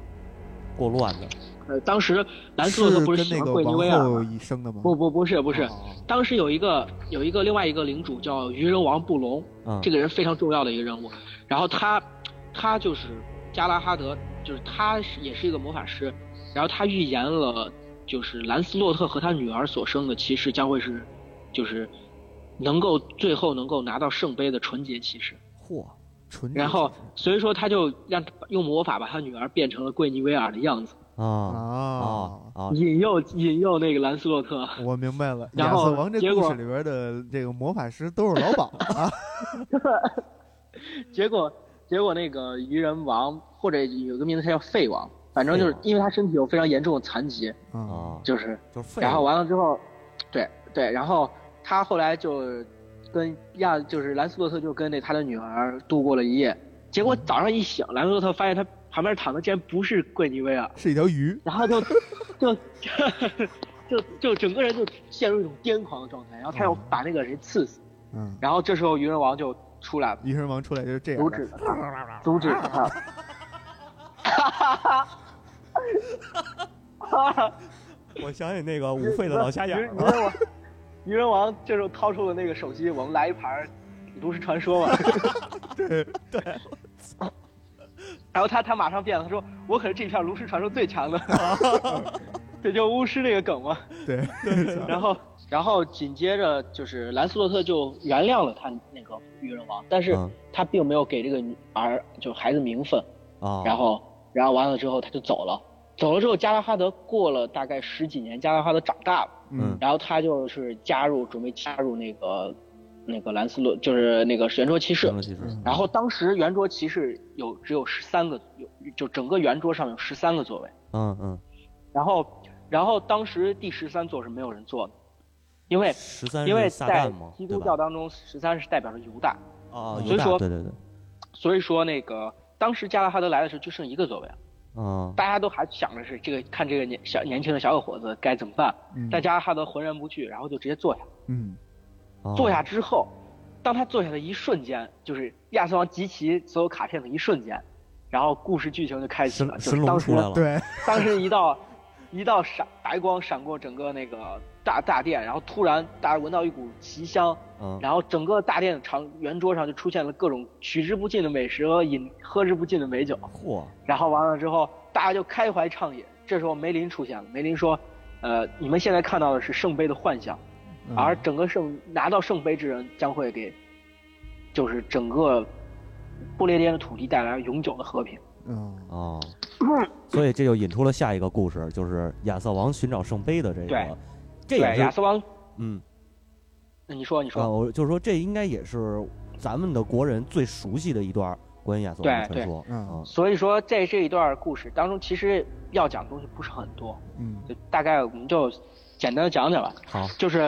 过乱的，呃，当时兰斯是洛特不跟喜那欢个桂尼王威尔后吗？一生的吗？不不不是不是，哦当时有一个有一个另外一个领主叫鱼人王布隆，嗯，这个个人非常重要的一个人物。然后他他就是加拉哈德，就是他是也是一个魔法师，然后他预言了就是兰斯洛特和他女儿所生的骑士将会是就是能够最后能够拿到圣杯的纯洁骑士。嚯，纯洁嗯然后所以说他就让用魔法把他女儿变成了桂尼维尔的样子，啊啊啊！啊！引诱引诱那个兰斯洛特， 我明白了，然亚瑟后王这结故果事里边的这个魔法师都是老鸨 啊，结果结果那个鱼人王或者有个名字他叫废王，反正就是废王因为他身体有非常严重的残疾，啊啊，就是就是废物。然后完了之后，对对，然后他后来就跟亚就是兰斯洛特就跟那他的女儿度过了一夜，结果早上一醒，兰斯洛特发现他旁边躺的竟然不是桂妮薇尔，是一条鱼，然后就就就就整个人就陷入一种癫狂的状态，然后他要把那个人刺死，嗯，然后这时候鱼人王就出来了，鱼人王出来就是这样阻的，止了他，阻止了他。 我想起那个五费的老瞎眼鱼儿人了，王，鱼人王这时候掏出了那个手机，我们来一盘儿炉石传说吧。 对， 然后他他马上变了，他说我可是这片炉石传说最强的， 这就巫师那个梗嘛。对，然后然后紧接着就是兰斯洛特就原谅了他那个鱼人王，但是嗯他并没有给这个女儿就孩子名分。啊，然后然后完了之后他就走了，走了之后加拉哈德过了大概十几年，加拉哈德长大了。嗯然后他就是加入准备加入那个那个兰斯洛，就是那个圆桌骑士行。了其实嗯然后当时圆桌骑士有只有十三个，有就整个圆桌上有十三个座位。嗯嗯，然后然后当时第十三座是没有人坐的，因为十三因为是撒旦在嘛，基对督吧教当中十三是代表着犹大，啊，所犹以大说对对对，所以说那个当时加拉哈德来的时候就剩一个座位了，啊大家都还想着是这个看这个年小年轻的小伙子该怎么办，嗯但加拉哈德浑然不惧，然后就直接坐下了。嗯，啊坐下之后，当他坐下的一瞬间，就是亚瑟王集齐所有卡片的一瞬间，然后故事剧情就开始神了。神就是龙当时出来，了，对，当时一道一道闪白光闪过整个那个大大殿，然后突然大家闻到一股奇香，嗯然后整个大殿的长圆桌上就出现了各种取之不尽的美食和饮喝之不尽的美酒。嚯，然后完了之后，大家就开怀畅饮。这时候梅林出现了，梅林说：“呃，你们现在看到的是圣杯的幻象。”嗯而整个圣拿到圣杯之人将会给，就是整个不列颠的土地带来永久的和平。嗯哦，所以这就引出了下一个故事，就是亚瑟王寻找圣杯的这对个，这对，也亚是瑟王，嗯你说你啊，说，我就是说这应该也是咱们的国人最熟悉的一段关于亚瑟王的对对传说，嗯啊所以说在这一段故事当中，其实要讲的东西不是很多，嗯就大概我们就简单的讲讲吧。啊好，就是，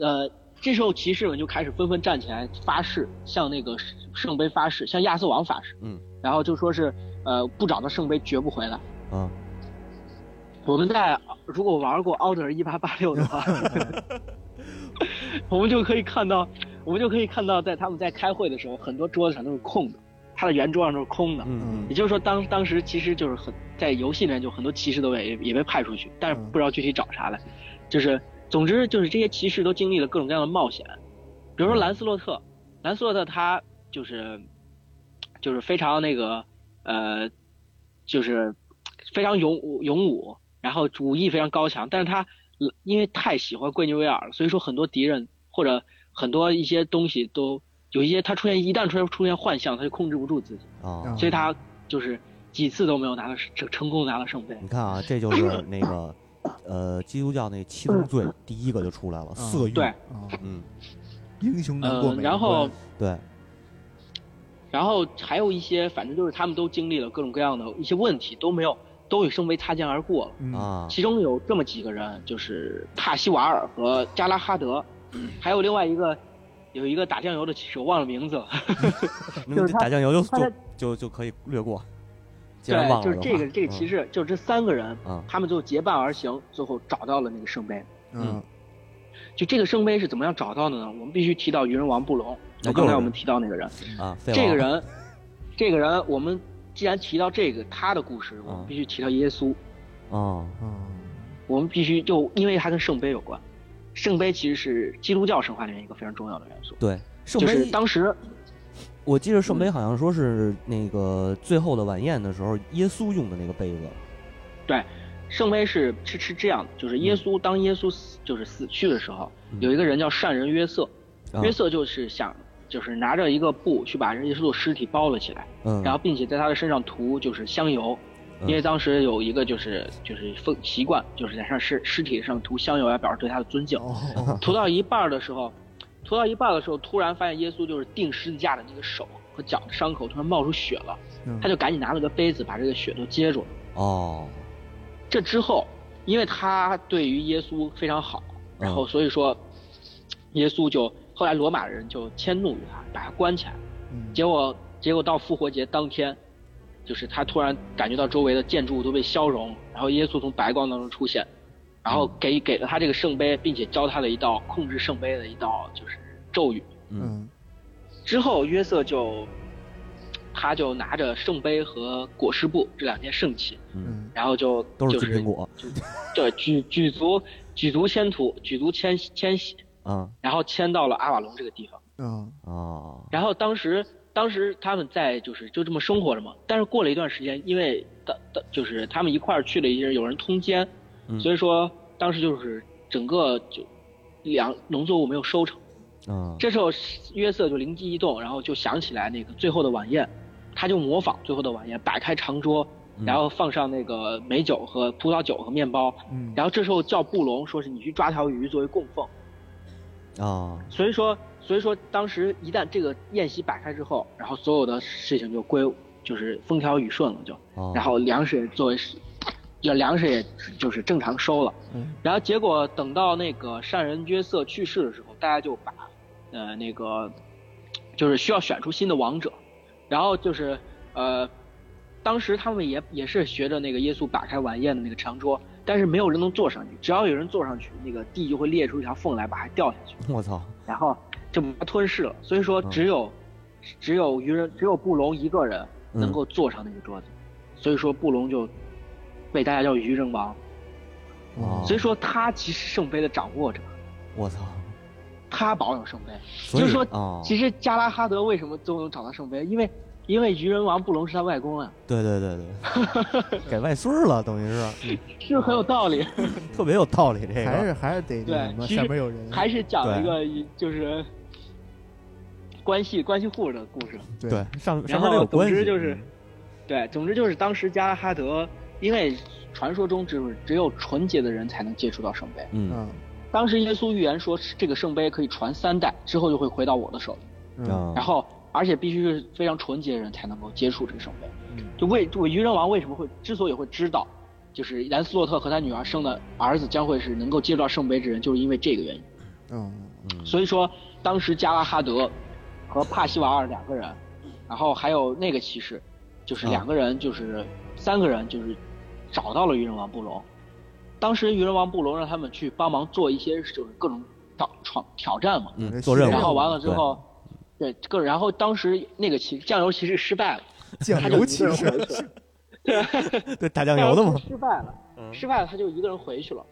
呃，这时候骑士们就开始纷纷站起来发誓，向那个圣杯发誓，向亚瑟王发誓。嗯，然后就说是，呃，不找到圣杯绝不回来。嗯我们在如果玩过《奥德尔一八八六》的话，我们就可以看到，我们就可以看到，在他们在开会的时候，很多桌子上都是空的，他的圆桌上都是空的。嗯也就是说当，当时其实就是很在游戏里面，就很多骑士都被也也被派出去，但是不知道具体找啥来。就是总之就是这些骑士都经历了各种各样的冒险，比如说兰斯洛特，兰斯洛特他就是就是非常那个呃，就是非常勇武勇武，然后武艺非常高强，但是他呃因为太喜欢桂尼维尔了，所以说很多敌人或者很多一些东西都有一些他出现一旦出现出现幻象，他就控制不住自己。嗯啊嗯，所以他就是几次都没有拿到成成功拿到圣杯。你看啊，这就是那个呃基督教那七宗罪第一个就出来了，嗯色欲，对，啊，嗯英雄难过呃，美，然后对，然后还有一些，反正就是他们都经历了各种各样的一些问题，都没有都与圣杯擦肩而过了。嗯啊，其中有这么几个人，就是帕西瓦尔和加拉哈德，嗯还有另外一个有一个打酱油的骑士，我忘了名字了。那就么这是他打酱油就他在就就就可以略过，既然对，忘了就是的这话个这个骑嗯士，就是这三个人，嗯他们就结伴而行，最后找到了那个圣杯。嗯就这个圣杯是怎么样找到的呢？我们必须提到鱼人王布隆，那就又刚是才我们提到那个人。啊，废这王个人，这个人，我们既然提到这个他的故嗯事，我们必须提到耶稣。啊，嗯我们必须就因为他跟圣杯有关，圣杯其实是基督教神话里面一个非常重要的元素。对，圣就杯是当时我记得圣嗯杯好像说是那个最后的晚宴的时候，耶稣用的那个杯子。圣杯是是是这样的，就是耶稣当耶稣死就是死去的时候，嗯有一个人叫善人约瑟，啊约瑟就是想就是拿着一个布去把人耶稣的尸体包了起来，嗯，然后并且在他的身上涂就是香油，嗯因为当时有一个就是就是风习惯，就是在上尸尸体上涂香油来表示对他的尊敬。 哦，涂到一半儿的时候，涂到一半儿的时候，突然发现耶稣就是钉十字架的那个手和脚的伤口突然冒出血了，嗯他就赶紧拿了个杯子把这个血都接住了。哦，这之后，因为他对于耶稣非常好，然后所以说，耶稣就后来罗马人就迁怒于他，把他关起来。嗯结果结果到复活节当天，就是他突然感觉到周围的建筑物都被消融，然后耶稣从白光当中出现，然后给给了他这个圣杯，并且教他了一道控制圣杯的一道就是咒语。嗯嗯之后约瑟就，他就拿着圣杯和裹尸布这两件圣器，嗯，嗯然后就都是就金苹果对，举举足举足迁徒，举足迁迁徙，啊然后迁到了阿瓦隆这个地方。啊哦，然后当时当时他们在就是就这么生活着嘛。但是过了一段时间，因为当当就是他们一块儿去了一些有人通奸，嗯所以说当时就是整个就粮农作物没有收成。嗯这时候约瑟就灵机一动，然后就想起来那个最后的晚宴，他就模仿最后的晚宴，摆开长桌，嗯然后放上那个美酒和葡萄酒和面包，嗯，然后这时候叫布隆说是你去抓条鱼作为供奉，啊所以说所以说当时一旦这个宴席摆开之后，然后所有的事情就归就是风调雨顺了就，哦，然后粮食也作为就粮食也就是正常收了，嗯然后结果等到那个善人约瑟去世的时候，大家就把呃那个就是需要选出新的王者，然后就是呃。当时他们也也是学着那个耶稣打开晚宴的那个长桌，但是没有人能坐上去，只要有人坐上去，那个地就会裂出一条缝来，把它掉下去。我操，然后就把它吞噬了。所以说，只有、只有愚人，只有布隆一个人能够坐上那个桌子，所以说布隆就被大家叫愚人王。嗯哦所以说，他其实圣杯的掌握者，我操，他保有圣杯。所就以是说哦，其实加拉哈德为什么都能找到圣杯？因为因为愚人王布隆是他外公啊，对对对对， 给外孙儿了，等于是是不是很有道理？特别有道理，这还个是还是得那什么，对其下实面有人， 还是讲了一个就是关系关系户的故事。对对上上然面都后有总关之系，嗯就是，对，总之就是当时加拉哈德，因为传说中只有只有纯洁的人才能接触到圣杯。嗯嗯当时耶稣预言说，这个圣杯可以传三代，之后就会回到我的手里。嗯然后，而且必须是非常纯洁的人才能够接触这个圣杯。嗯就为我愚人王为什么会之所以会知道，就是兰斯洛特和他女儿生的儿子将会是能够接触到圣杯之人，就是因为这个原因。嗯 所以说，当时加拉哈德和帕西瓦尔两个人，然后还有那个骑士，就是啊两个人，就是、三个人，就是找到了愚人王布隆。当时愚人王布隆让他们去帮忙做一些就是各种挑闯挑战嘛，嗯做任务，然后完了之后，对各然后当时那个骑酱油骑士失败了，酱他就油一骑个人士，回去了，对对打酱油的嘛，失败了，失败了，他就一个人回去了。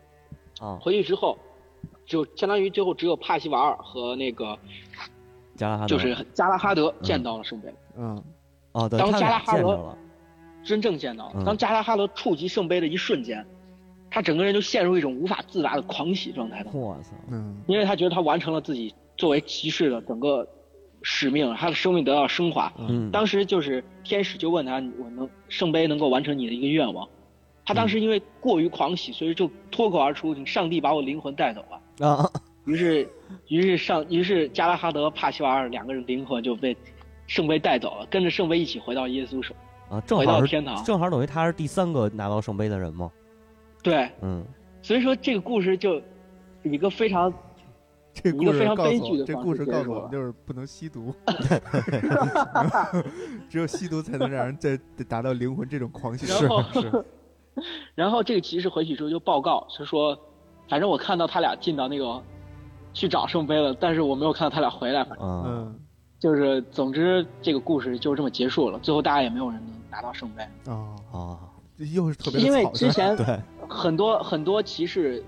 啊，回去之后，就相当于最后只有帕西瓦尔和那个加拉哈德就是加拉哈德嗯见到了圣杯。 嗯哦，对，当他加俩拉哈见德着了，真正见到嗯了。当加拉哈德触及圣杯的一瞬间，他整个人就陷入一种无法自拔的狂喜状态当中，我操，嗯因为他觉得他完成了自己作为骑士的整个使命，他的生命得到升华。嗯，当时就是天使就问他：“我能圣杯能够完成你的一个愿望？”他当嗯时因为过于狂喜，所以就脱口而出：“你上帝把我灵魂带走了。啊，”于是，于是上，于是加拉哈德、帕西瓦尔两个人灵魂就被圣杯带走了，跟着圣杯一起回到耶稣手。啊，正回好到是天堂正好等于他是第三个拿到圣杯的人嘛，对，嗯，所以说这个故事就一个非常 这故一个非事常告悲诉剧我，的这方故式事结告诉束我们了就是不能吸 毒， 只有吸毒才能让人这达到灵魂这种狂喜。然后是，然后这个骑士回去之后就报告，是说，反正我看到他俩进到那个去找圣杯了，但是我没有看到他俩回来。啊， 嗯就是总之这个故事就这么结束了，最后大家也没有人能拿到圣杯，哦，啊，这又是特别的因为草率之前 对，很多很多骑士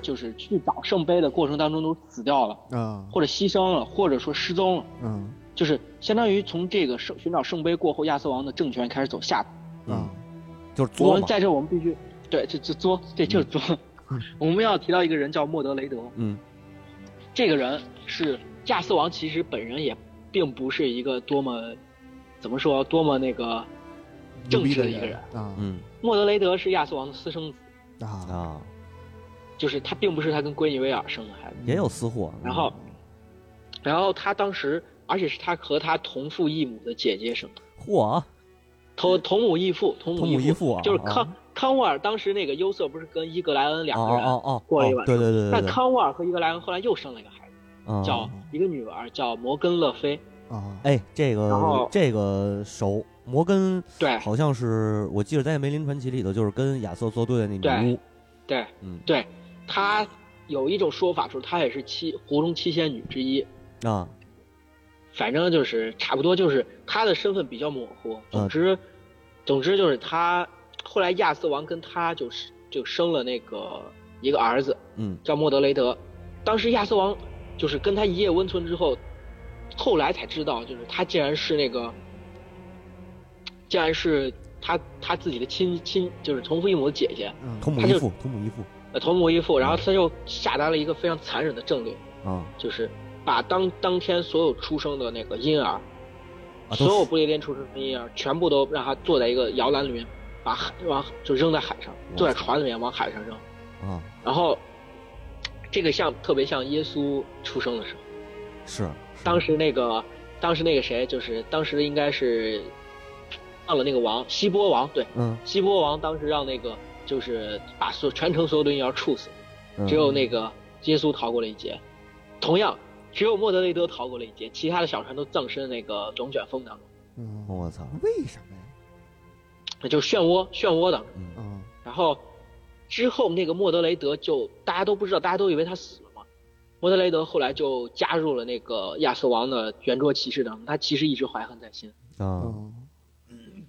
就是去找圣杯的过程当中都死掉了，嗯啊或者牺牲了，或者说失踪了，嗯就是相当于从这个圣寻找圣杯过后，亚瑟王的政权开始走下坡。啊嗯，就是我作们嘛，在这我们必须，对，这这作，对，就是作。 我们要提到一个人叫莫德雷德，嗯这个人是亚瑟王，其实本人也并不是一个多么，怎么说，多么那个，牛正逼直的的一个人啊嗯莫德雷德是亚瑟王的私生子，啊，啊，嗯就是他并不是他跟闺女威尔生的孩子。也有私货。嗯然后，然后他当时，而且是他和他同父异母的姐姐生的，嚯，同同母异父，同同母母异异父啊，就是啊康康沃尔当时那个优瑟不是跟伊格莱恩两个人，哦哦哦哦，过了一晚对对对对但对，康沃尔和伊格莱恩后来又生了一个孩子，嗯叫一个女儿叫摩根勒菲。啊，哎，这然个后这个熟，摩根对好像是我记得在《梅林传奇》里头，就是跟亚瑟作对的那女对巫，对嗯对，她有一种说法说她也是七湖中七仙女之一，啊，反正就是差不多，就是她的身份比较模糊。嗯总之，总之就是她后来亚瑟王跟她就是就生了那个一个儿子嗯叫莫德雷德。当时亚瑟王就是跟他一夜温存之后，后来才知道，就是他竟然是那个，竟然是他他自己的亲亲，就是同父异母的姐姐，嗯同母他异就父，同母异父呃，同母异父。然后他就下达了一个非常残忍的政令，啊就是把当当天所有出生的那个婴儿，啊，所都有是不列颠出生的婴儿全部都让他坐在一个摇篮里面，把海往就扔在海上，坐在船里面往海上扔。啊然后，这个像特别像耶稣出生的时候，是，是当时那个当时那个谁，就是当时应该是让了那个王希波王，对，嗯希波王当时让那个就是把所全城所有的婴儿处死，嗯只有那个耶稣逃过了一劫。同样，只有莫德雷德逃过了一劫，其他的小船都葬身那个龙卷风当中，嗯，我操，啊为什么呀？那就是漩涡漩涡当中。嗯啊，然后之后那个莫德雷德就大家都不知道，大家都以为他死了嘛。莫德雷德后来就加入了那个亚瑟王的圆桌骑士当中，他其实一直怀恨在心。啊，嗯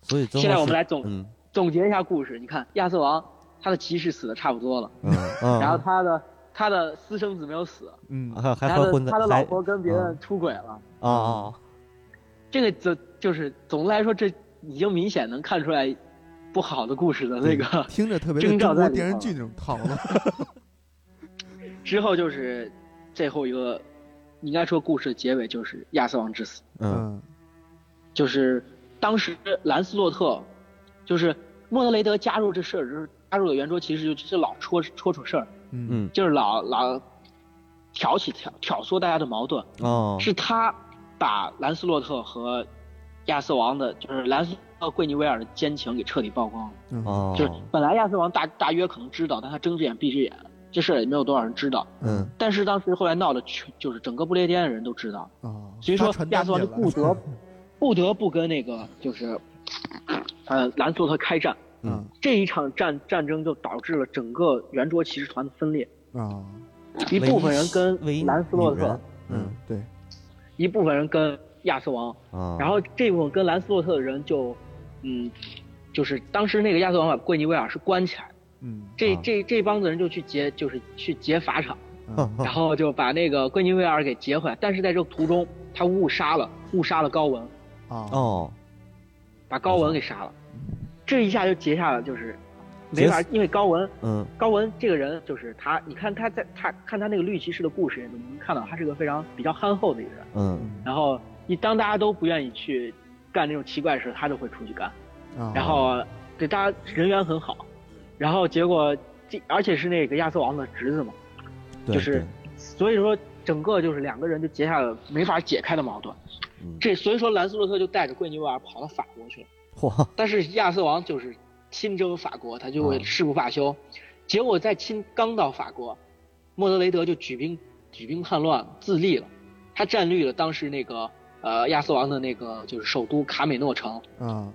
所以最后现在我是们来总嗯 总结一下故事，你看亚瑟王他的骑士死的差不多了，嗯嗯，然后他的他的私生子没有死，嗯还还他还的混在嗯他的还老婆跟别人出轨了。啊啊这个总就是总的来说，这已经明显能看出来不好的故事的嗯那个。 听着特别征像兆中国在里电视头剧那种套路。之后就是最后一个，应该说故事的结尾就是亚瑟王之死。嗯嗯就是当时兰斯洛特，就是莫德雷德加入这事儿，就是加入了圆桌骑士，就就是老戳戳出事儿， 嗯嗯就是老老挑起挑挑唆大家的矛盾。哦是他把兰斯洛特和亚瑟王的，就是兰斯洛特桂尼维尔的奸情给彻底曝光了。嗯哦就是本来亚瑟王大大约可能知道，但他睁只眼闭只眼，这事儿也没有多少人知道。嗯但是当时后来闹的全，就是整个不列颠的人都知道。啊，所以发说传亚单瑟王去就不了 得不得不跟那个就是，呃，兰斯洛特开战。嗯这一场战战争就导致了整个圆桌骑士团的分裂，嗯啊一部分人为跟兰斯洛女人特，嗯对一部分人跟亚瑟王，啊，然后这部分跟兰斯洛特的人就，嗯，就是当时那个亚瑟王把桂尼维尔是关起来，嗯这啊这这帮子人就去劫，就是去劫法场，啊然后就把那个桂尼维尔给劫回来，但是在这个途中他误杀了误杀了高文，啊哦把高文给杀了，这一下就结下了，就是结没法，因为高文嗯高文这个人就是他，你看他在他看他那个绿骑士的故事，你能看到他是个非常比较憨厚的一个人。嗯然后你当大家都不愿意去干这种奇怪的事，他就会出去干。啊然后对大家人缘很好，然后结果这而且是那个亚瑟王的侄子嘛，对就是对所以说整个就是两个人就结下了没法解开的矛盾。嗯这所以说兰斯洛特就带着桂尼维尔跑到法国去了。嚯但是亚瑟王就是亲征法国，他就啊会誓不罢休。结果在亲刚到法国，莫德雷德就举兵举兵叛乱，自立了。他占据了当时那个呃亚瑟王的那个就是首都卡美诺城。啊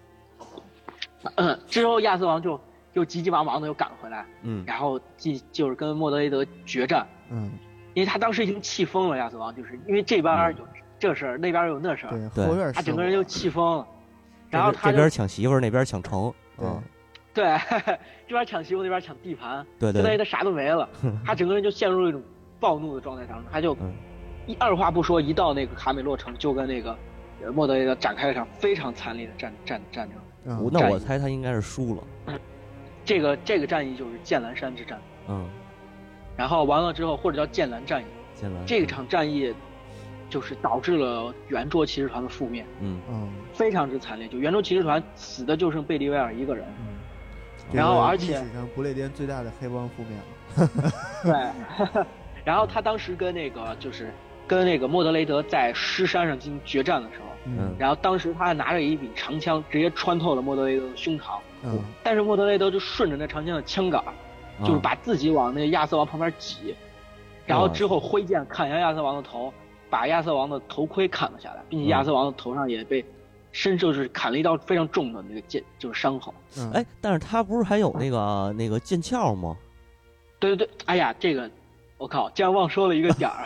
之后亚瑟王就又急急忙忙的又赶回来，嗯然后进就是跟莫德雷德决战，嗯因为他当时已经气疯了。亚瑟王就是因为这边儿有这事儿，那边儿有那事儿，对嗯对后院他是整个人我就气疯了。这然后边他这就边抢媳妇儿，那边抢城，嗯对 这边抢媳妇，那边抢地盘，对相当对，于他啥都没 了，他整个人就陷入了一种暴怒的状态当中，他就嗯一二话不说，一到那个卡美洛城就跟那个呃莫德雷德展开了一场非常惨烈的战战战争。啊我那我战役猜他应该是输了，这个这个战役就是剑兰山之战，嗯，嗯然后完了之后或者叫剑兰战役。进来这场战役就是导致了圆桌骑士团的覆灭，嗯嗯非常之惨烈。就圆桌骑士团死的就剩贝利威尔一个人，嗯，然后这个而且历史上不列颠最大的黑帮负面了，对。然后他当时跟那个就是跟那个莫德雷德在狮山上进行决战的时候，嗯然后当时他拿着一柄长枪，直接穿透了莫德雷德的胸膛，嗯但是莫德雷德就顺着那长枪的枪杆儿，嗯就是把自己往那亚瑟王旁边挤，然后之后挥剑砍向亚瑟王的头，把亚瑟王的头盔砍了下来，并且亚瑟王的头上也被，身就是砍了一刀非常重的那个剑，就是伤口。嗯，哎，但是他不是还有那个那个剑鞘吗？对对对，哎呀，这个我靠，竟然忘说了一个点儿，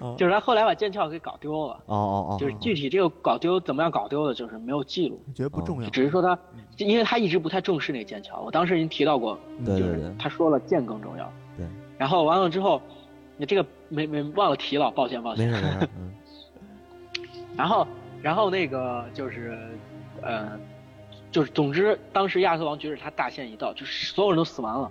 哦就是他后来把剑鞘给搞丢了，哦哦就是具体这个搞丢怎么样搞丢的，就是没有记录，我觉得不重要，只是说他，就因为他一直不太重视那个剑鞘，我当时已经提到过，哦，对就对是对，他说了剑更重要。对。然后完了之后，你这个没没忘了提了，抱歉抱没歉。事没 事，嗯然后然后那个就是，呃，就是总之当时亚瑟王觉得他大限已到，就是所有人都死完了，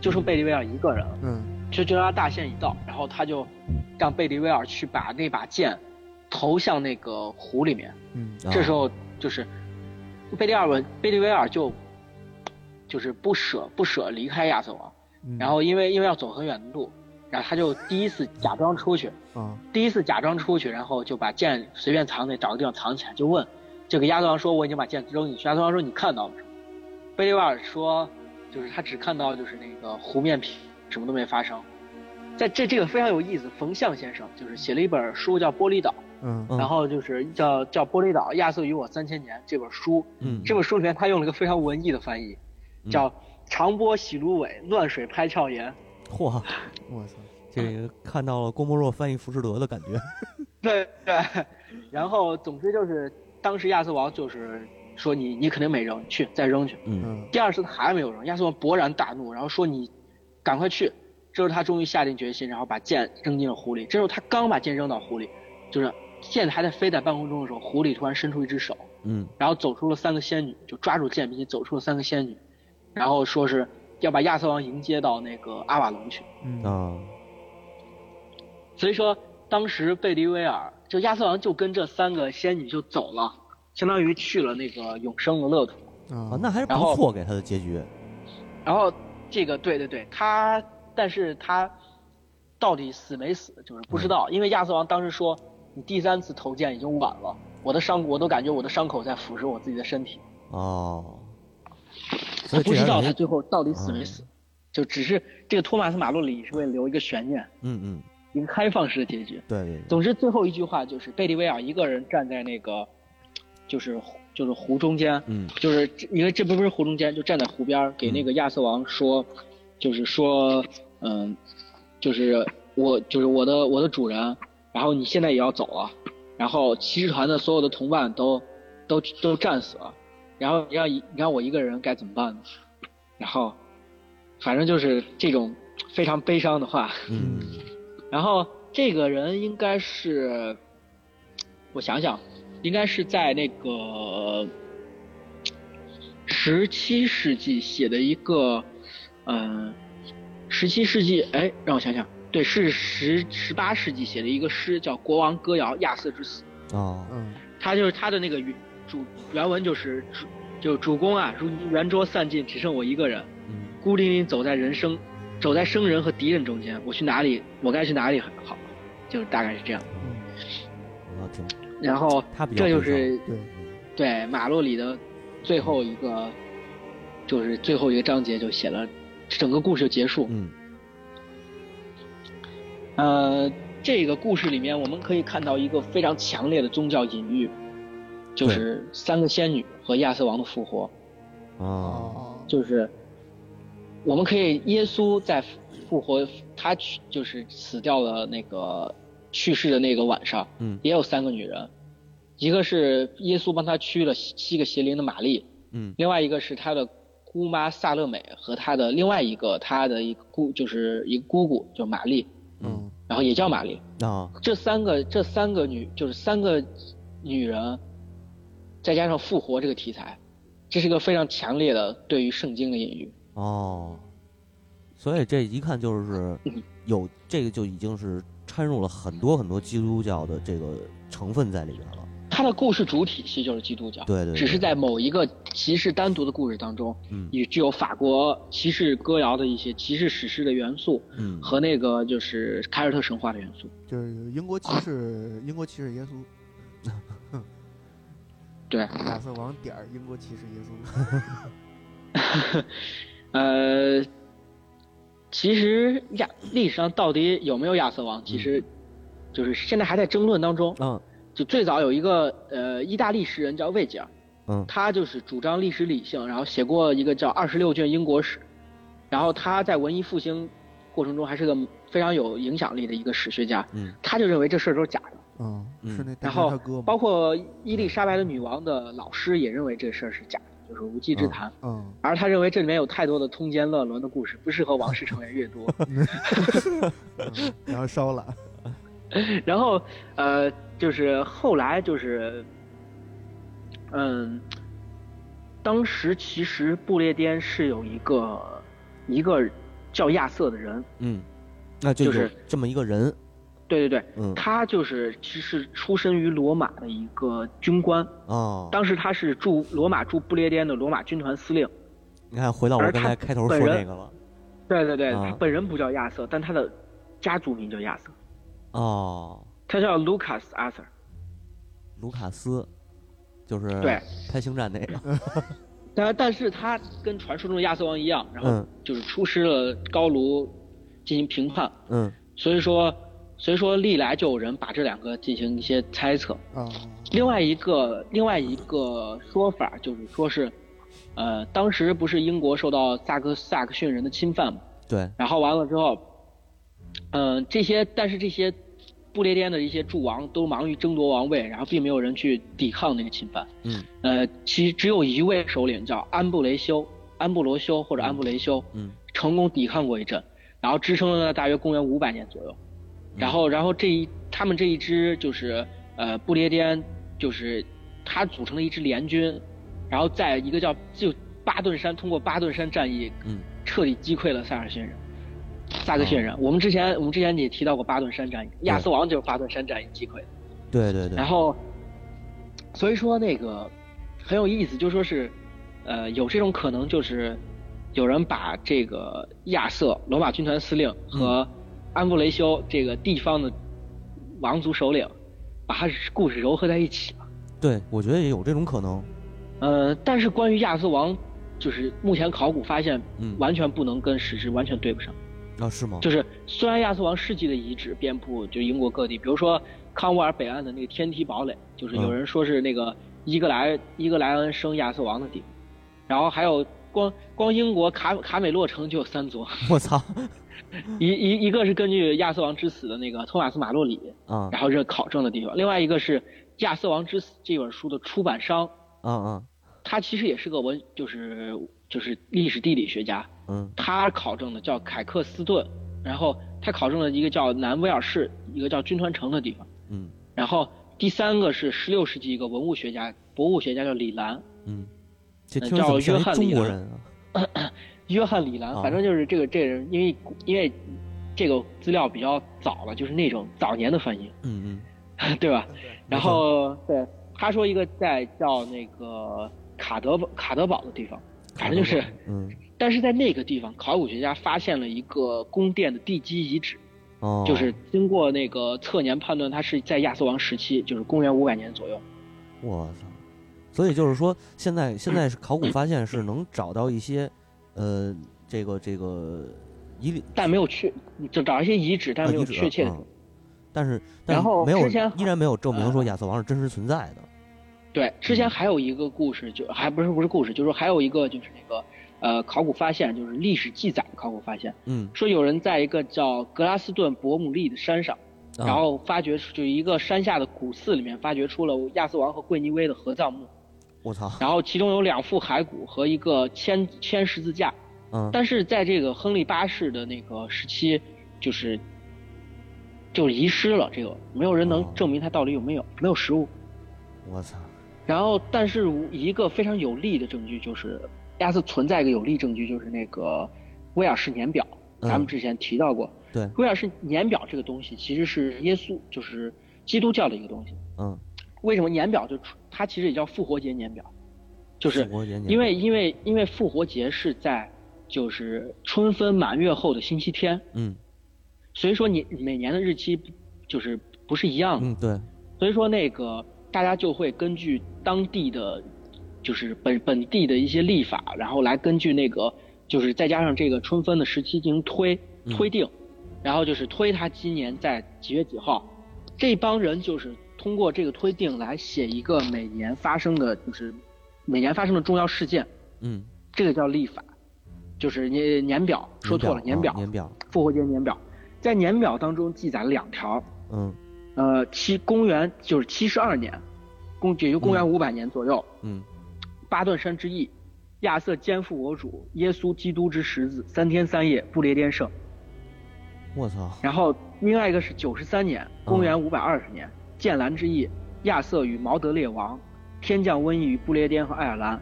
就嗯剩贝利威尔一个人了，嗯就觉得他大限已到，然后他就嗯让贝利威尔去把那把剑投向那个湖里面。嗯啊这时候就是贝利尔文贝利威尔就就是不舍不舍离开亚瑟王。嗯，然后因为因为要走很远的路，然后他就第一次假装出去，啊第一次假装出去，然后就把剑随便藏起来，找个地方藏起来，就问这个亚瑟王说我已经把剑扔进去，亚瑟王说你看到了什么？贝利瓦尔说就是他只看到就是那个湖面平，什么都没发生。在这这个非常有意思，冯相先生就是写了一本书叫《玻璃岛》，嗯嗯然后就是叫叫《玻璃岛：亚瑟与我三千年》这本书，嗯这本书里面他用了一个非常文艺的翻译，嗯叫“长波洗芦苇，乱水拍俏岩”。嚯，我操，这个看到了郭沫若翻译《浮士德》的感觉，对 对，然后总之就是当时亚瑟王就是说你你肯定没扔，去再扔去。嗯嗯第二次他还没有扔，亚瑟王勃然大怒，然后说你赶快去。这时候他终于下定决心，然后把剑扔进了湖里。这时候他刚把剑扔到湖里，就是剑还在飞在半空中的时候，湖里突然伸出一只手，嗯然后走出了三个仙女，就抓住剑，并且走出了三个仙女，然后说是要把亚瑟王迎接到那个阿瓦隆去。嗯啊所以说，当时贝利威尔就亚瑟王就跟这三个仙女就走了，相当于去了那个永生的乐土。啊啊，那还是嗯然后不错，给他的结局，然后这个对对对，他但是他到底死没死就是不知道，因为亚瑟王当时说你第三次投剑已经晚了，我的伤我都感觉我的伤口在腐蚀我自己的身体，哦，所我以这不知人哎道等于他最后到底死没死，就只是这个托马斯马洛里是为了留一个悬念，嗯嗯，一个开放式的结局。对对对，总之，最后一句话就是贝利威尔一个人站在那个，就是湖就是湖中间，嗯就是这因为这不是湖中间，就站在湖边儿给那个亚瑟王说，就是说，嗯，就是我就是我的我的主人，然后你现在也要走了，然后骑士团的所有的同伴都都都战死了，然后你让一你让我一个人该怎么办呢？然后，反正就是这种非常悲伤的话。嗯然后这个人应该是，我想想，应该是在那个十七世纪写的一个，嗯、呃，十七世纪，哎，让我想想，对，是十十八世纪写的一个诗，叫《国王歌谣亚瑟之死》。哦嗯他就是他的那个原主原文就是主就主公啊，如今圆桌散尽，只剩我一个人。嗯孤零零走在人生，走在生人和敌人中间，我去哪里，我该去哪里好，就是大概是这样。嗯，啊挺然后他比较这就悲伤是对，对马洛里的最后一个，就是最后一个章节就写了，整个故事就结束。嗯呃，这个故事里面我们可以看到一个非常强烈的宗教隐喻，就是三个仙女和亚瑟王的复活。啊哦，就是我们可以，耶稣在复活，他去就是死掉了那个去世的那个晚上，嗯也有三个女人，一个是耶稣帮他驱了七七个邪灵的玛丽，嗯另外一个是他的姑妈萨勒美和他的另外一个他的一个姑就是一个姑姑就玛丽，嗯然后也叫玛丽，啊这三个这三个女就是三个女人，再加上复活这个题材，这是一个非常强烈的对于圣经的隐喻。哦，所以这一看就是嗯有这个就已经是掺入了很多很多基督教的这个成分在里边了。他的故事主体系就是基督教，对对对只是在某一个骑士单独的故事当中，嗯也具有法国骑士歌谣的一些骑士史诗的元素嗯，和那个就是凯尔特神话的元素。就是英国骑士，英国骑士耶稣，对，亚瑟王点儿英国骑士耶稣，呃，其实亚历史上到底有没有亚瑟王，其实就是现在还在争论当中。嗯就最早有一个呃意大利诗人叫魏吉尔，嗯他就是主张历史理性，然后写过一个叫《二十六卷英国史》，然后他在文艺复兴过程中还是个非常有影响力的一个史学家，嗯他就认为这事儿都是假的。嗯，嗯是那大然哥后他哥吗包？括伊丽莎白的女王的老师也认为这事儿是假的，就是无稽之谈。嗯，而他认为这里面有太多的通奸乱伦的故事，不适合王室成员阅 读。嗯然后烧了，然后呃，就是后来就是，嗯，当时其实不列颠是有一个一个叫亚瑟的人，嗯，那就就是有这么一个人，对对对，嗯他就是其实出身于罗马的一个军官，哦，当时他是驻罗马驻不列颠的罗马军团司令。你看回到我而刚他才开头说本人那个了，对对对，啊他本人不叫亚瑟，但他的家族名叫亚瑟，哦，他叫 Lucas Arthur。卢卡斯，就是对嗯拍星战那个，但但是他跟传说中的亚瑟王一样，然后嗯就是出师了高卢进行评判，嗯所以说所以说历来就有人把这两个进行一些猜测。啊， 另外一个另外一个说法就是说是，呃，当时不是英国受到萨克萨克逊人的侵犯嘛，对，然后完了之后，嗯、这些但是这些不列颠的一些诸王都忙于争夺王位，然后并没有人去抵抗那个侵犯。嗯，呃，其只有一位首领叫安布雷修、安布罗修或者安布雷修，嗯成功抵抗过一阵，然后支撑了大约公元五百年左右。嗯然后，然后这一他们这一支就是呃不列颠，就是它组成了一支联军，然后在一个叫就巴顿山通过巴顿山战役嗯哦彻底击溃了萨尔逊人。萨克逊人，我们之前我们之前也提到过巴顿山战役，亚瑟王就是巴顿山战役击溃的。对对对然，后，所以说那个很有意思，就说是，呃，有这种可能，就是有人把这个亚瑟罗马军团司令嗯和安布雷修这个地方的王族首领，把他故事糅合在一起了。对我觉得也有这种可能，呃，但是关于亚瑟王，就是目前考古发现嗯，完全不能跟史实完全对不上。啊是吗？就是虽然亚瑟王事迹的遗址遍布就英国各地，比如说康沃尔北岸的那个天梯堡垒，就是有人说是那个伊格莱、伊格莱恩生亚瑟王的地方，然后还有光光英国卡卡美洛城就有三座， 我操一一一个是根据亚瑟王之死的那个托马斯马洛里，啊然后这考证的地方，另外一个是亚瑟王之死这本书的出版商，啊啊他其实也是个文就是就是历史地理学家，嗯他考证的叫凯克斯顿，然后他考证了一个叫南威尔士，一个叫军团城的地方，嗯然后第三个是16世纪一个文物学家、博物学家叫李兰，嗯，这那听着怎么呃叫像约一翰中里国昂人啊？约翰李兰啊，反正就是这个这人，因为因为这个资料比较早了，就是那种早年的翻译， 嗯对吧？对然后对他说一个在叫那个卡德堡卡德堡的地方，反正就是，嗯嗯但是在那个地方，考古学家发现了一个宫殿的地基遗址。哦，就是经过那个测年判断，它是在亚瑟王时期，就是公元五百年左右。我操！所以就是说，现在现在是考古发现是能找到一些，呃，这个这个遗里但没有确，就找一些遗址，但呃没有遗址确切的。嗯但是但然是后没有之前依然没有证明呃说亚瑟王是真实存在的。对，之嗯前还有一个故事，就还不是不是故事，就是说还有一个就是那个呃考古发现，就是历史记载的考古发现，嗯，说有人在一个叫格拉斯顿伯姆利的山上，啊然后发掘出就一个山下的古寺里面发掘出了亚瑟王和桂尼薇的合葬墓，我操，然后其中有两副骸骨和一个千千十字架。嗯但是在这个亨利八世的那个时期，就是就是遗失了，这个没有人能哦证明它到底有没有，没有实物。我操，然后，但是一个非常有力的证据就是，亚瑟存在一个有力证据就是那个威尔士年表，嗯咱们之前提到过，对圭亚是年表这个东西其实是耶稣，就是基督教的一个东西。嗯，为什么年表就出它其实也叫复活节年表，就是复活节年因为因为因为复活节是在就是春分满月后的星期天，嗯所以说你每年的日期就是不是一样的，嗯对所以说那个大家就会根据当地的，就是本本地的一些历法，然后来根据那个就是再加上这个春分的时期进行推嗯推定，然后就是推他今年在几月几号，这帮人就是通过这个推定来写一个每年发生的就是每年发生的重要事件，嗯这个叫历法，就是年年表，说错了，年表啊，年表复活节年表，在年表当中记载了两条，嗯呃，七公元就是七十二年，公也就公元五百年左右，嗯巴顿山之役，亚瑟肩负我主耶稣基督之十字，三天三夜不列颠胜。我操然后另外一个是九十三年，公元五百二十年，剑兰之役，亚瑟与毛德烈王，天降瘟疫于不列颠和爱尔兰。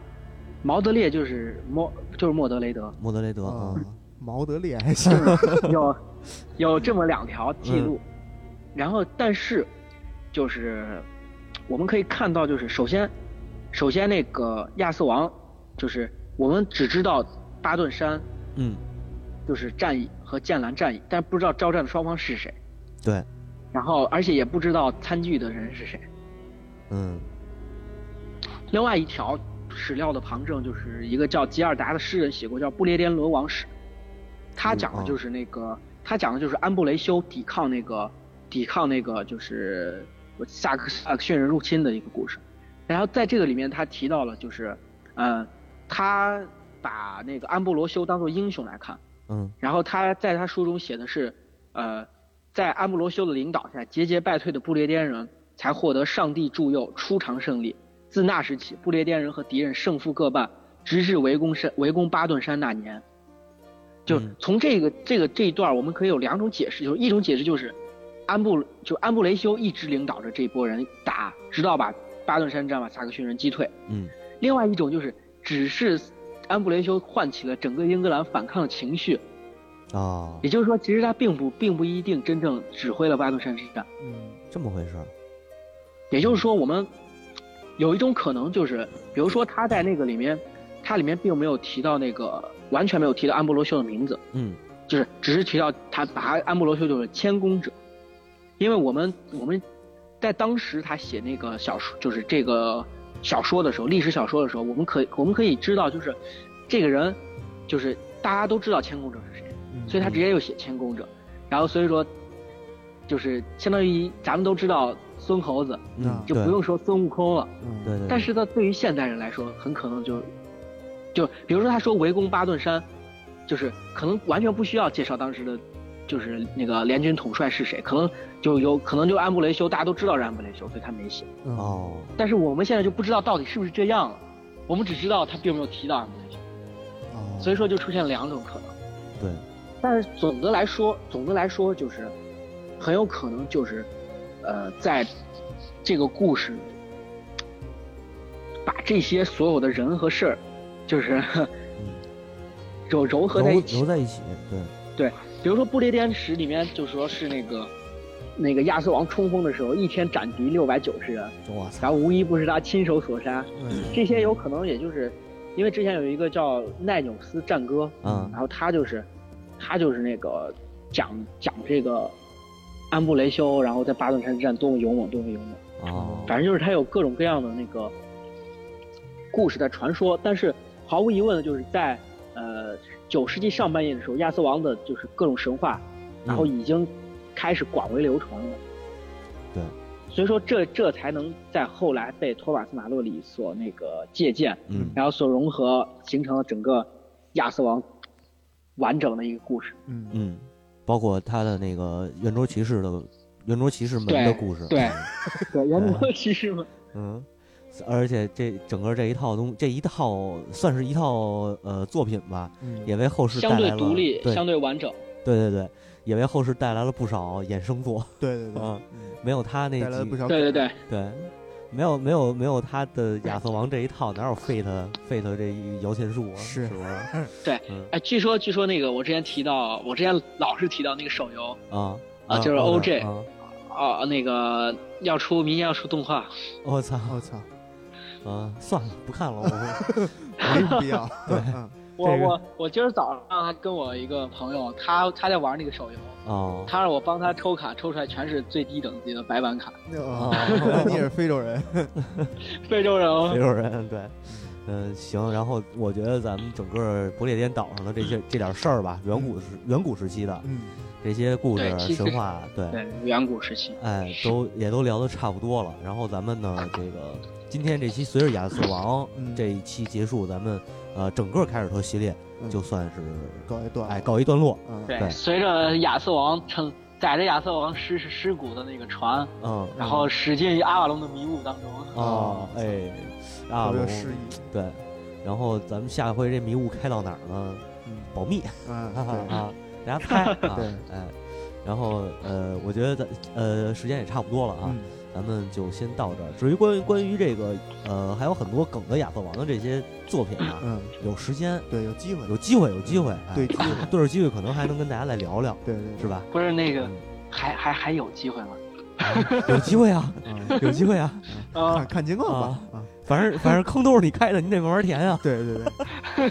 毛德烈就是莫就是莫德雷德，莫德雷德啊啊毛德烈 还行， 有有这么两条记录，然后但是就是我们可以看到，就是首先首先那个亚瑟王，就是我们只知道巴顿山嗯就是战役和剑兰战役，但不知道招战的双方是谁，对然后而且也不知道参与的人是谁。嗯另外一条史料的旁证，就是一个叫吉尔达的诗人写过叫《不列颠罗王史》，他讲的就是那个，他讲的就是安布雷修抵抗那个抵抗那个就是萨克萨克逊人入侵的一个故事。然后在这个里面，他提到了就是，呃，他把那个安布罗修当做英雄来看，嗯然后他在他书中写的是，呃，在安布罗修的领导下，节节败退的不列颠人才获得上帝助佑，初尝胜利。自那时起，不列颠人和敌人胜负各半，直至围攻山围攻巴顿山那年。就嗯从这个这个这一段，我们可以有两种解释，就是一种解释就是，安布就安布雷修一直领导着这波人打，直到把巴顿山战把萨克逊人击退。嗯另外一种就是，只是安布雷修唤起了整个英格兰反抗的情绪，啊也就是说，其实他并不并不一定真正指挥了巴顿山之战。嗯这么回事儿也就是说，我们有一种可能就是，比如说他在那个里面，他里面并没有提到那个完全没有提到安布罗修的名字，嗯就是只是提到他把他安布罗修就是谦恭者，因为我们我们在当时他写那个小说就是这个小说的时候，历史小说的时候，我们可以我们可以知道就是这个人就是大家都知道谦恭者是谁。嗯所以他直接就写谦恭者，然后所以说，就是相当于咱们都知道孙猴子，嗯就对不用说孙悟空了。嗯对对，但是呢，对于现代人来说，很可能就，就比如说他说围攻巴顿山，就是可能完全不需要介绍当时的，就是那个联军统帅是谁，可能就有可能就安布雷修，大家都知道是安布雷修，所以他没写。嗯哦但是我们现在就不知道到底是不是这样了，我们只知道他并没有提到安布雷修，哦所以说就出现两种可能。对但是总的来说，总的来说就是很有可能就是，呃，在这个故事把这些所有的人和事儿，就是 嗯揉揉合在一揉起揉。在一起对比如说《不列颠史》里面就说是那个那个亚瑟王冲锋的时候，一天斩敌六百九十人，我操然后无一不是他亲手所杀。嗯这些有可能也就是因为之前有一个叫奈纽斯战歌，嗯啊然后他就是他就是那个讲讲这个安布雷修，然后在巴顿山之战多么勇猛，多么勇猛，哦反正就是他有各种各样的那个故事在传说，但是毫无疑问的就是在呃九世纪上半叶的时候，亚瑟王的就是各种神话，然后已经开始广为流传了。对，所以说这这才能在后来被托马斯马洛里所那个借鉴，嗯然后所融合，形成了整个亚瑟王完整的一个故事。嗯嗯，包括他的那个圆桌骑士的圆桌骑士们的对故事， 对对，原著其实嘛，嗯，而且这整个这一套东这一套算是一套呃作品吧，嗯也为后世带相来了对独立，对相对完整。对对对，也为后世带来了不少衍生作，对对对啊嗯没有他那带来了几不少对对对，对，没有没有没有他的亚瑟王这一套，哪有 Fate Fate 这摇钱树啊？是是 不是？对嗯，哎，据说据说那个我之前提到，我之前老是提到那个手游啊啊就是 OJ 啊啊，那个要出明年要出动画，我操我操，啊！算了，不看 了，我没必要。 对嗯我这个我我今儿早上还跟我一个朋友，他他在玩那个手游，哦他让我帮他抽卡，抽出来全是最低等级的白板卡，那哦哦你也是非洲人，非洲人 没哦。有人对。嗯，行，然后我觉得咱们整个不列颠岛上的这些这点事儿吧，远古时远古时期的嗯，这些故事对其实神话，对，对，远古时期，哎，都也都聊得差不多了。然后咱们呢，这个今天这期随着亚瑟王嗯这一期结束，咱们呃整个凯尔特系列嗯就算是搞一段，哎告一段落。嗯，对，对随着亚瑟王乘载着亚瑟王尸尸骨的那个船，嗯，然后驶进阿瓦隆的迷雾当中。哦，哎，啊，有没有我诗意？对，然后咱们下回这迷雾开到哪儿呢？嗯保密，哈哈啊，啊，大家 猜啊对，哎，然后呃，我觉得咱呃时间也差不多了对，啊，嗯咱们就先到这儿。至于关于关于这个呃，还有很多梗的亚瑟王的这些作品啊，嗯，有时间对，有机会，有机会有机会，哎对机会，对着机会可能还能跟大家再聊聊，对对是？吧？不是那个嗯，还还还有机会吗？有机会啊，对嗯有机会啊，看啊，看情况吧，啊，反正反正坑都是你开的，你得慢慢填啊。对对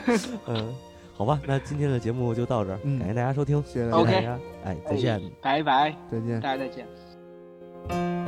对，嗯，好吧，那今天的节目就到这儿，嗯感谢大家收听，谢谢大谢家，谢大 OK 家，哎，再见。拜拜，再见大。家再见。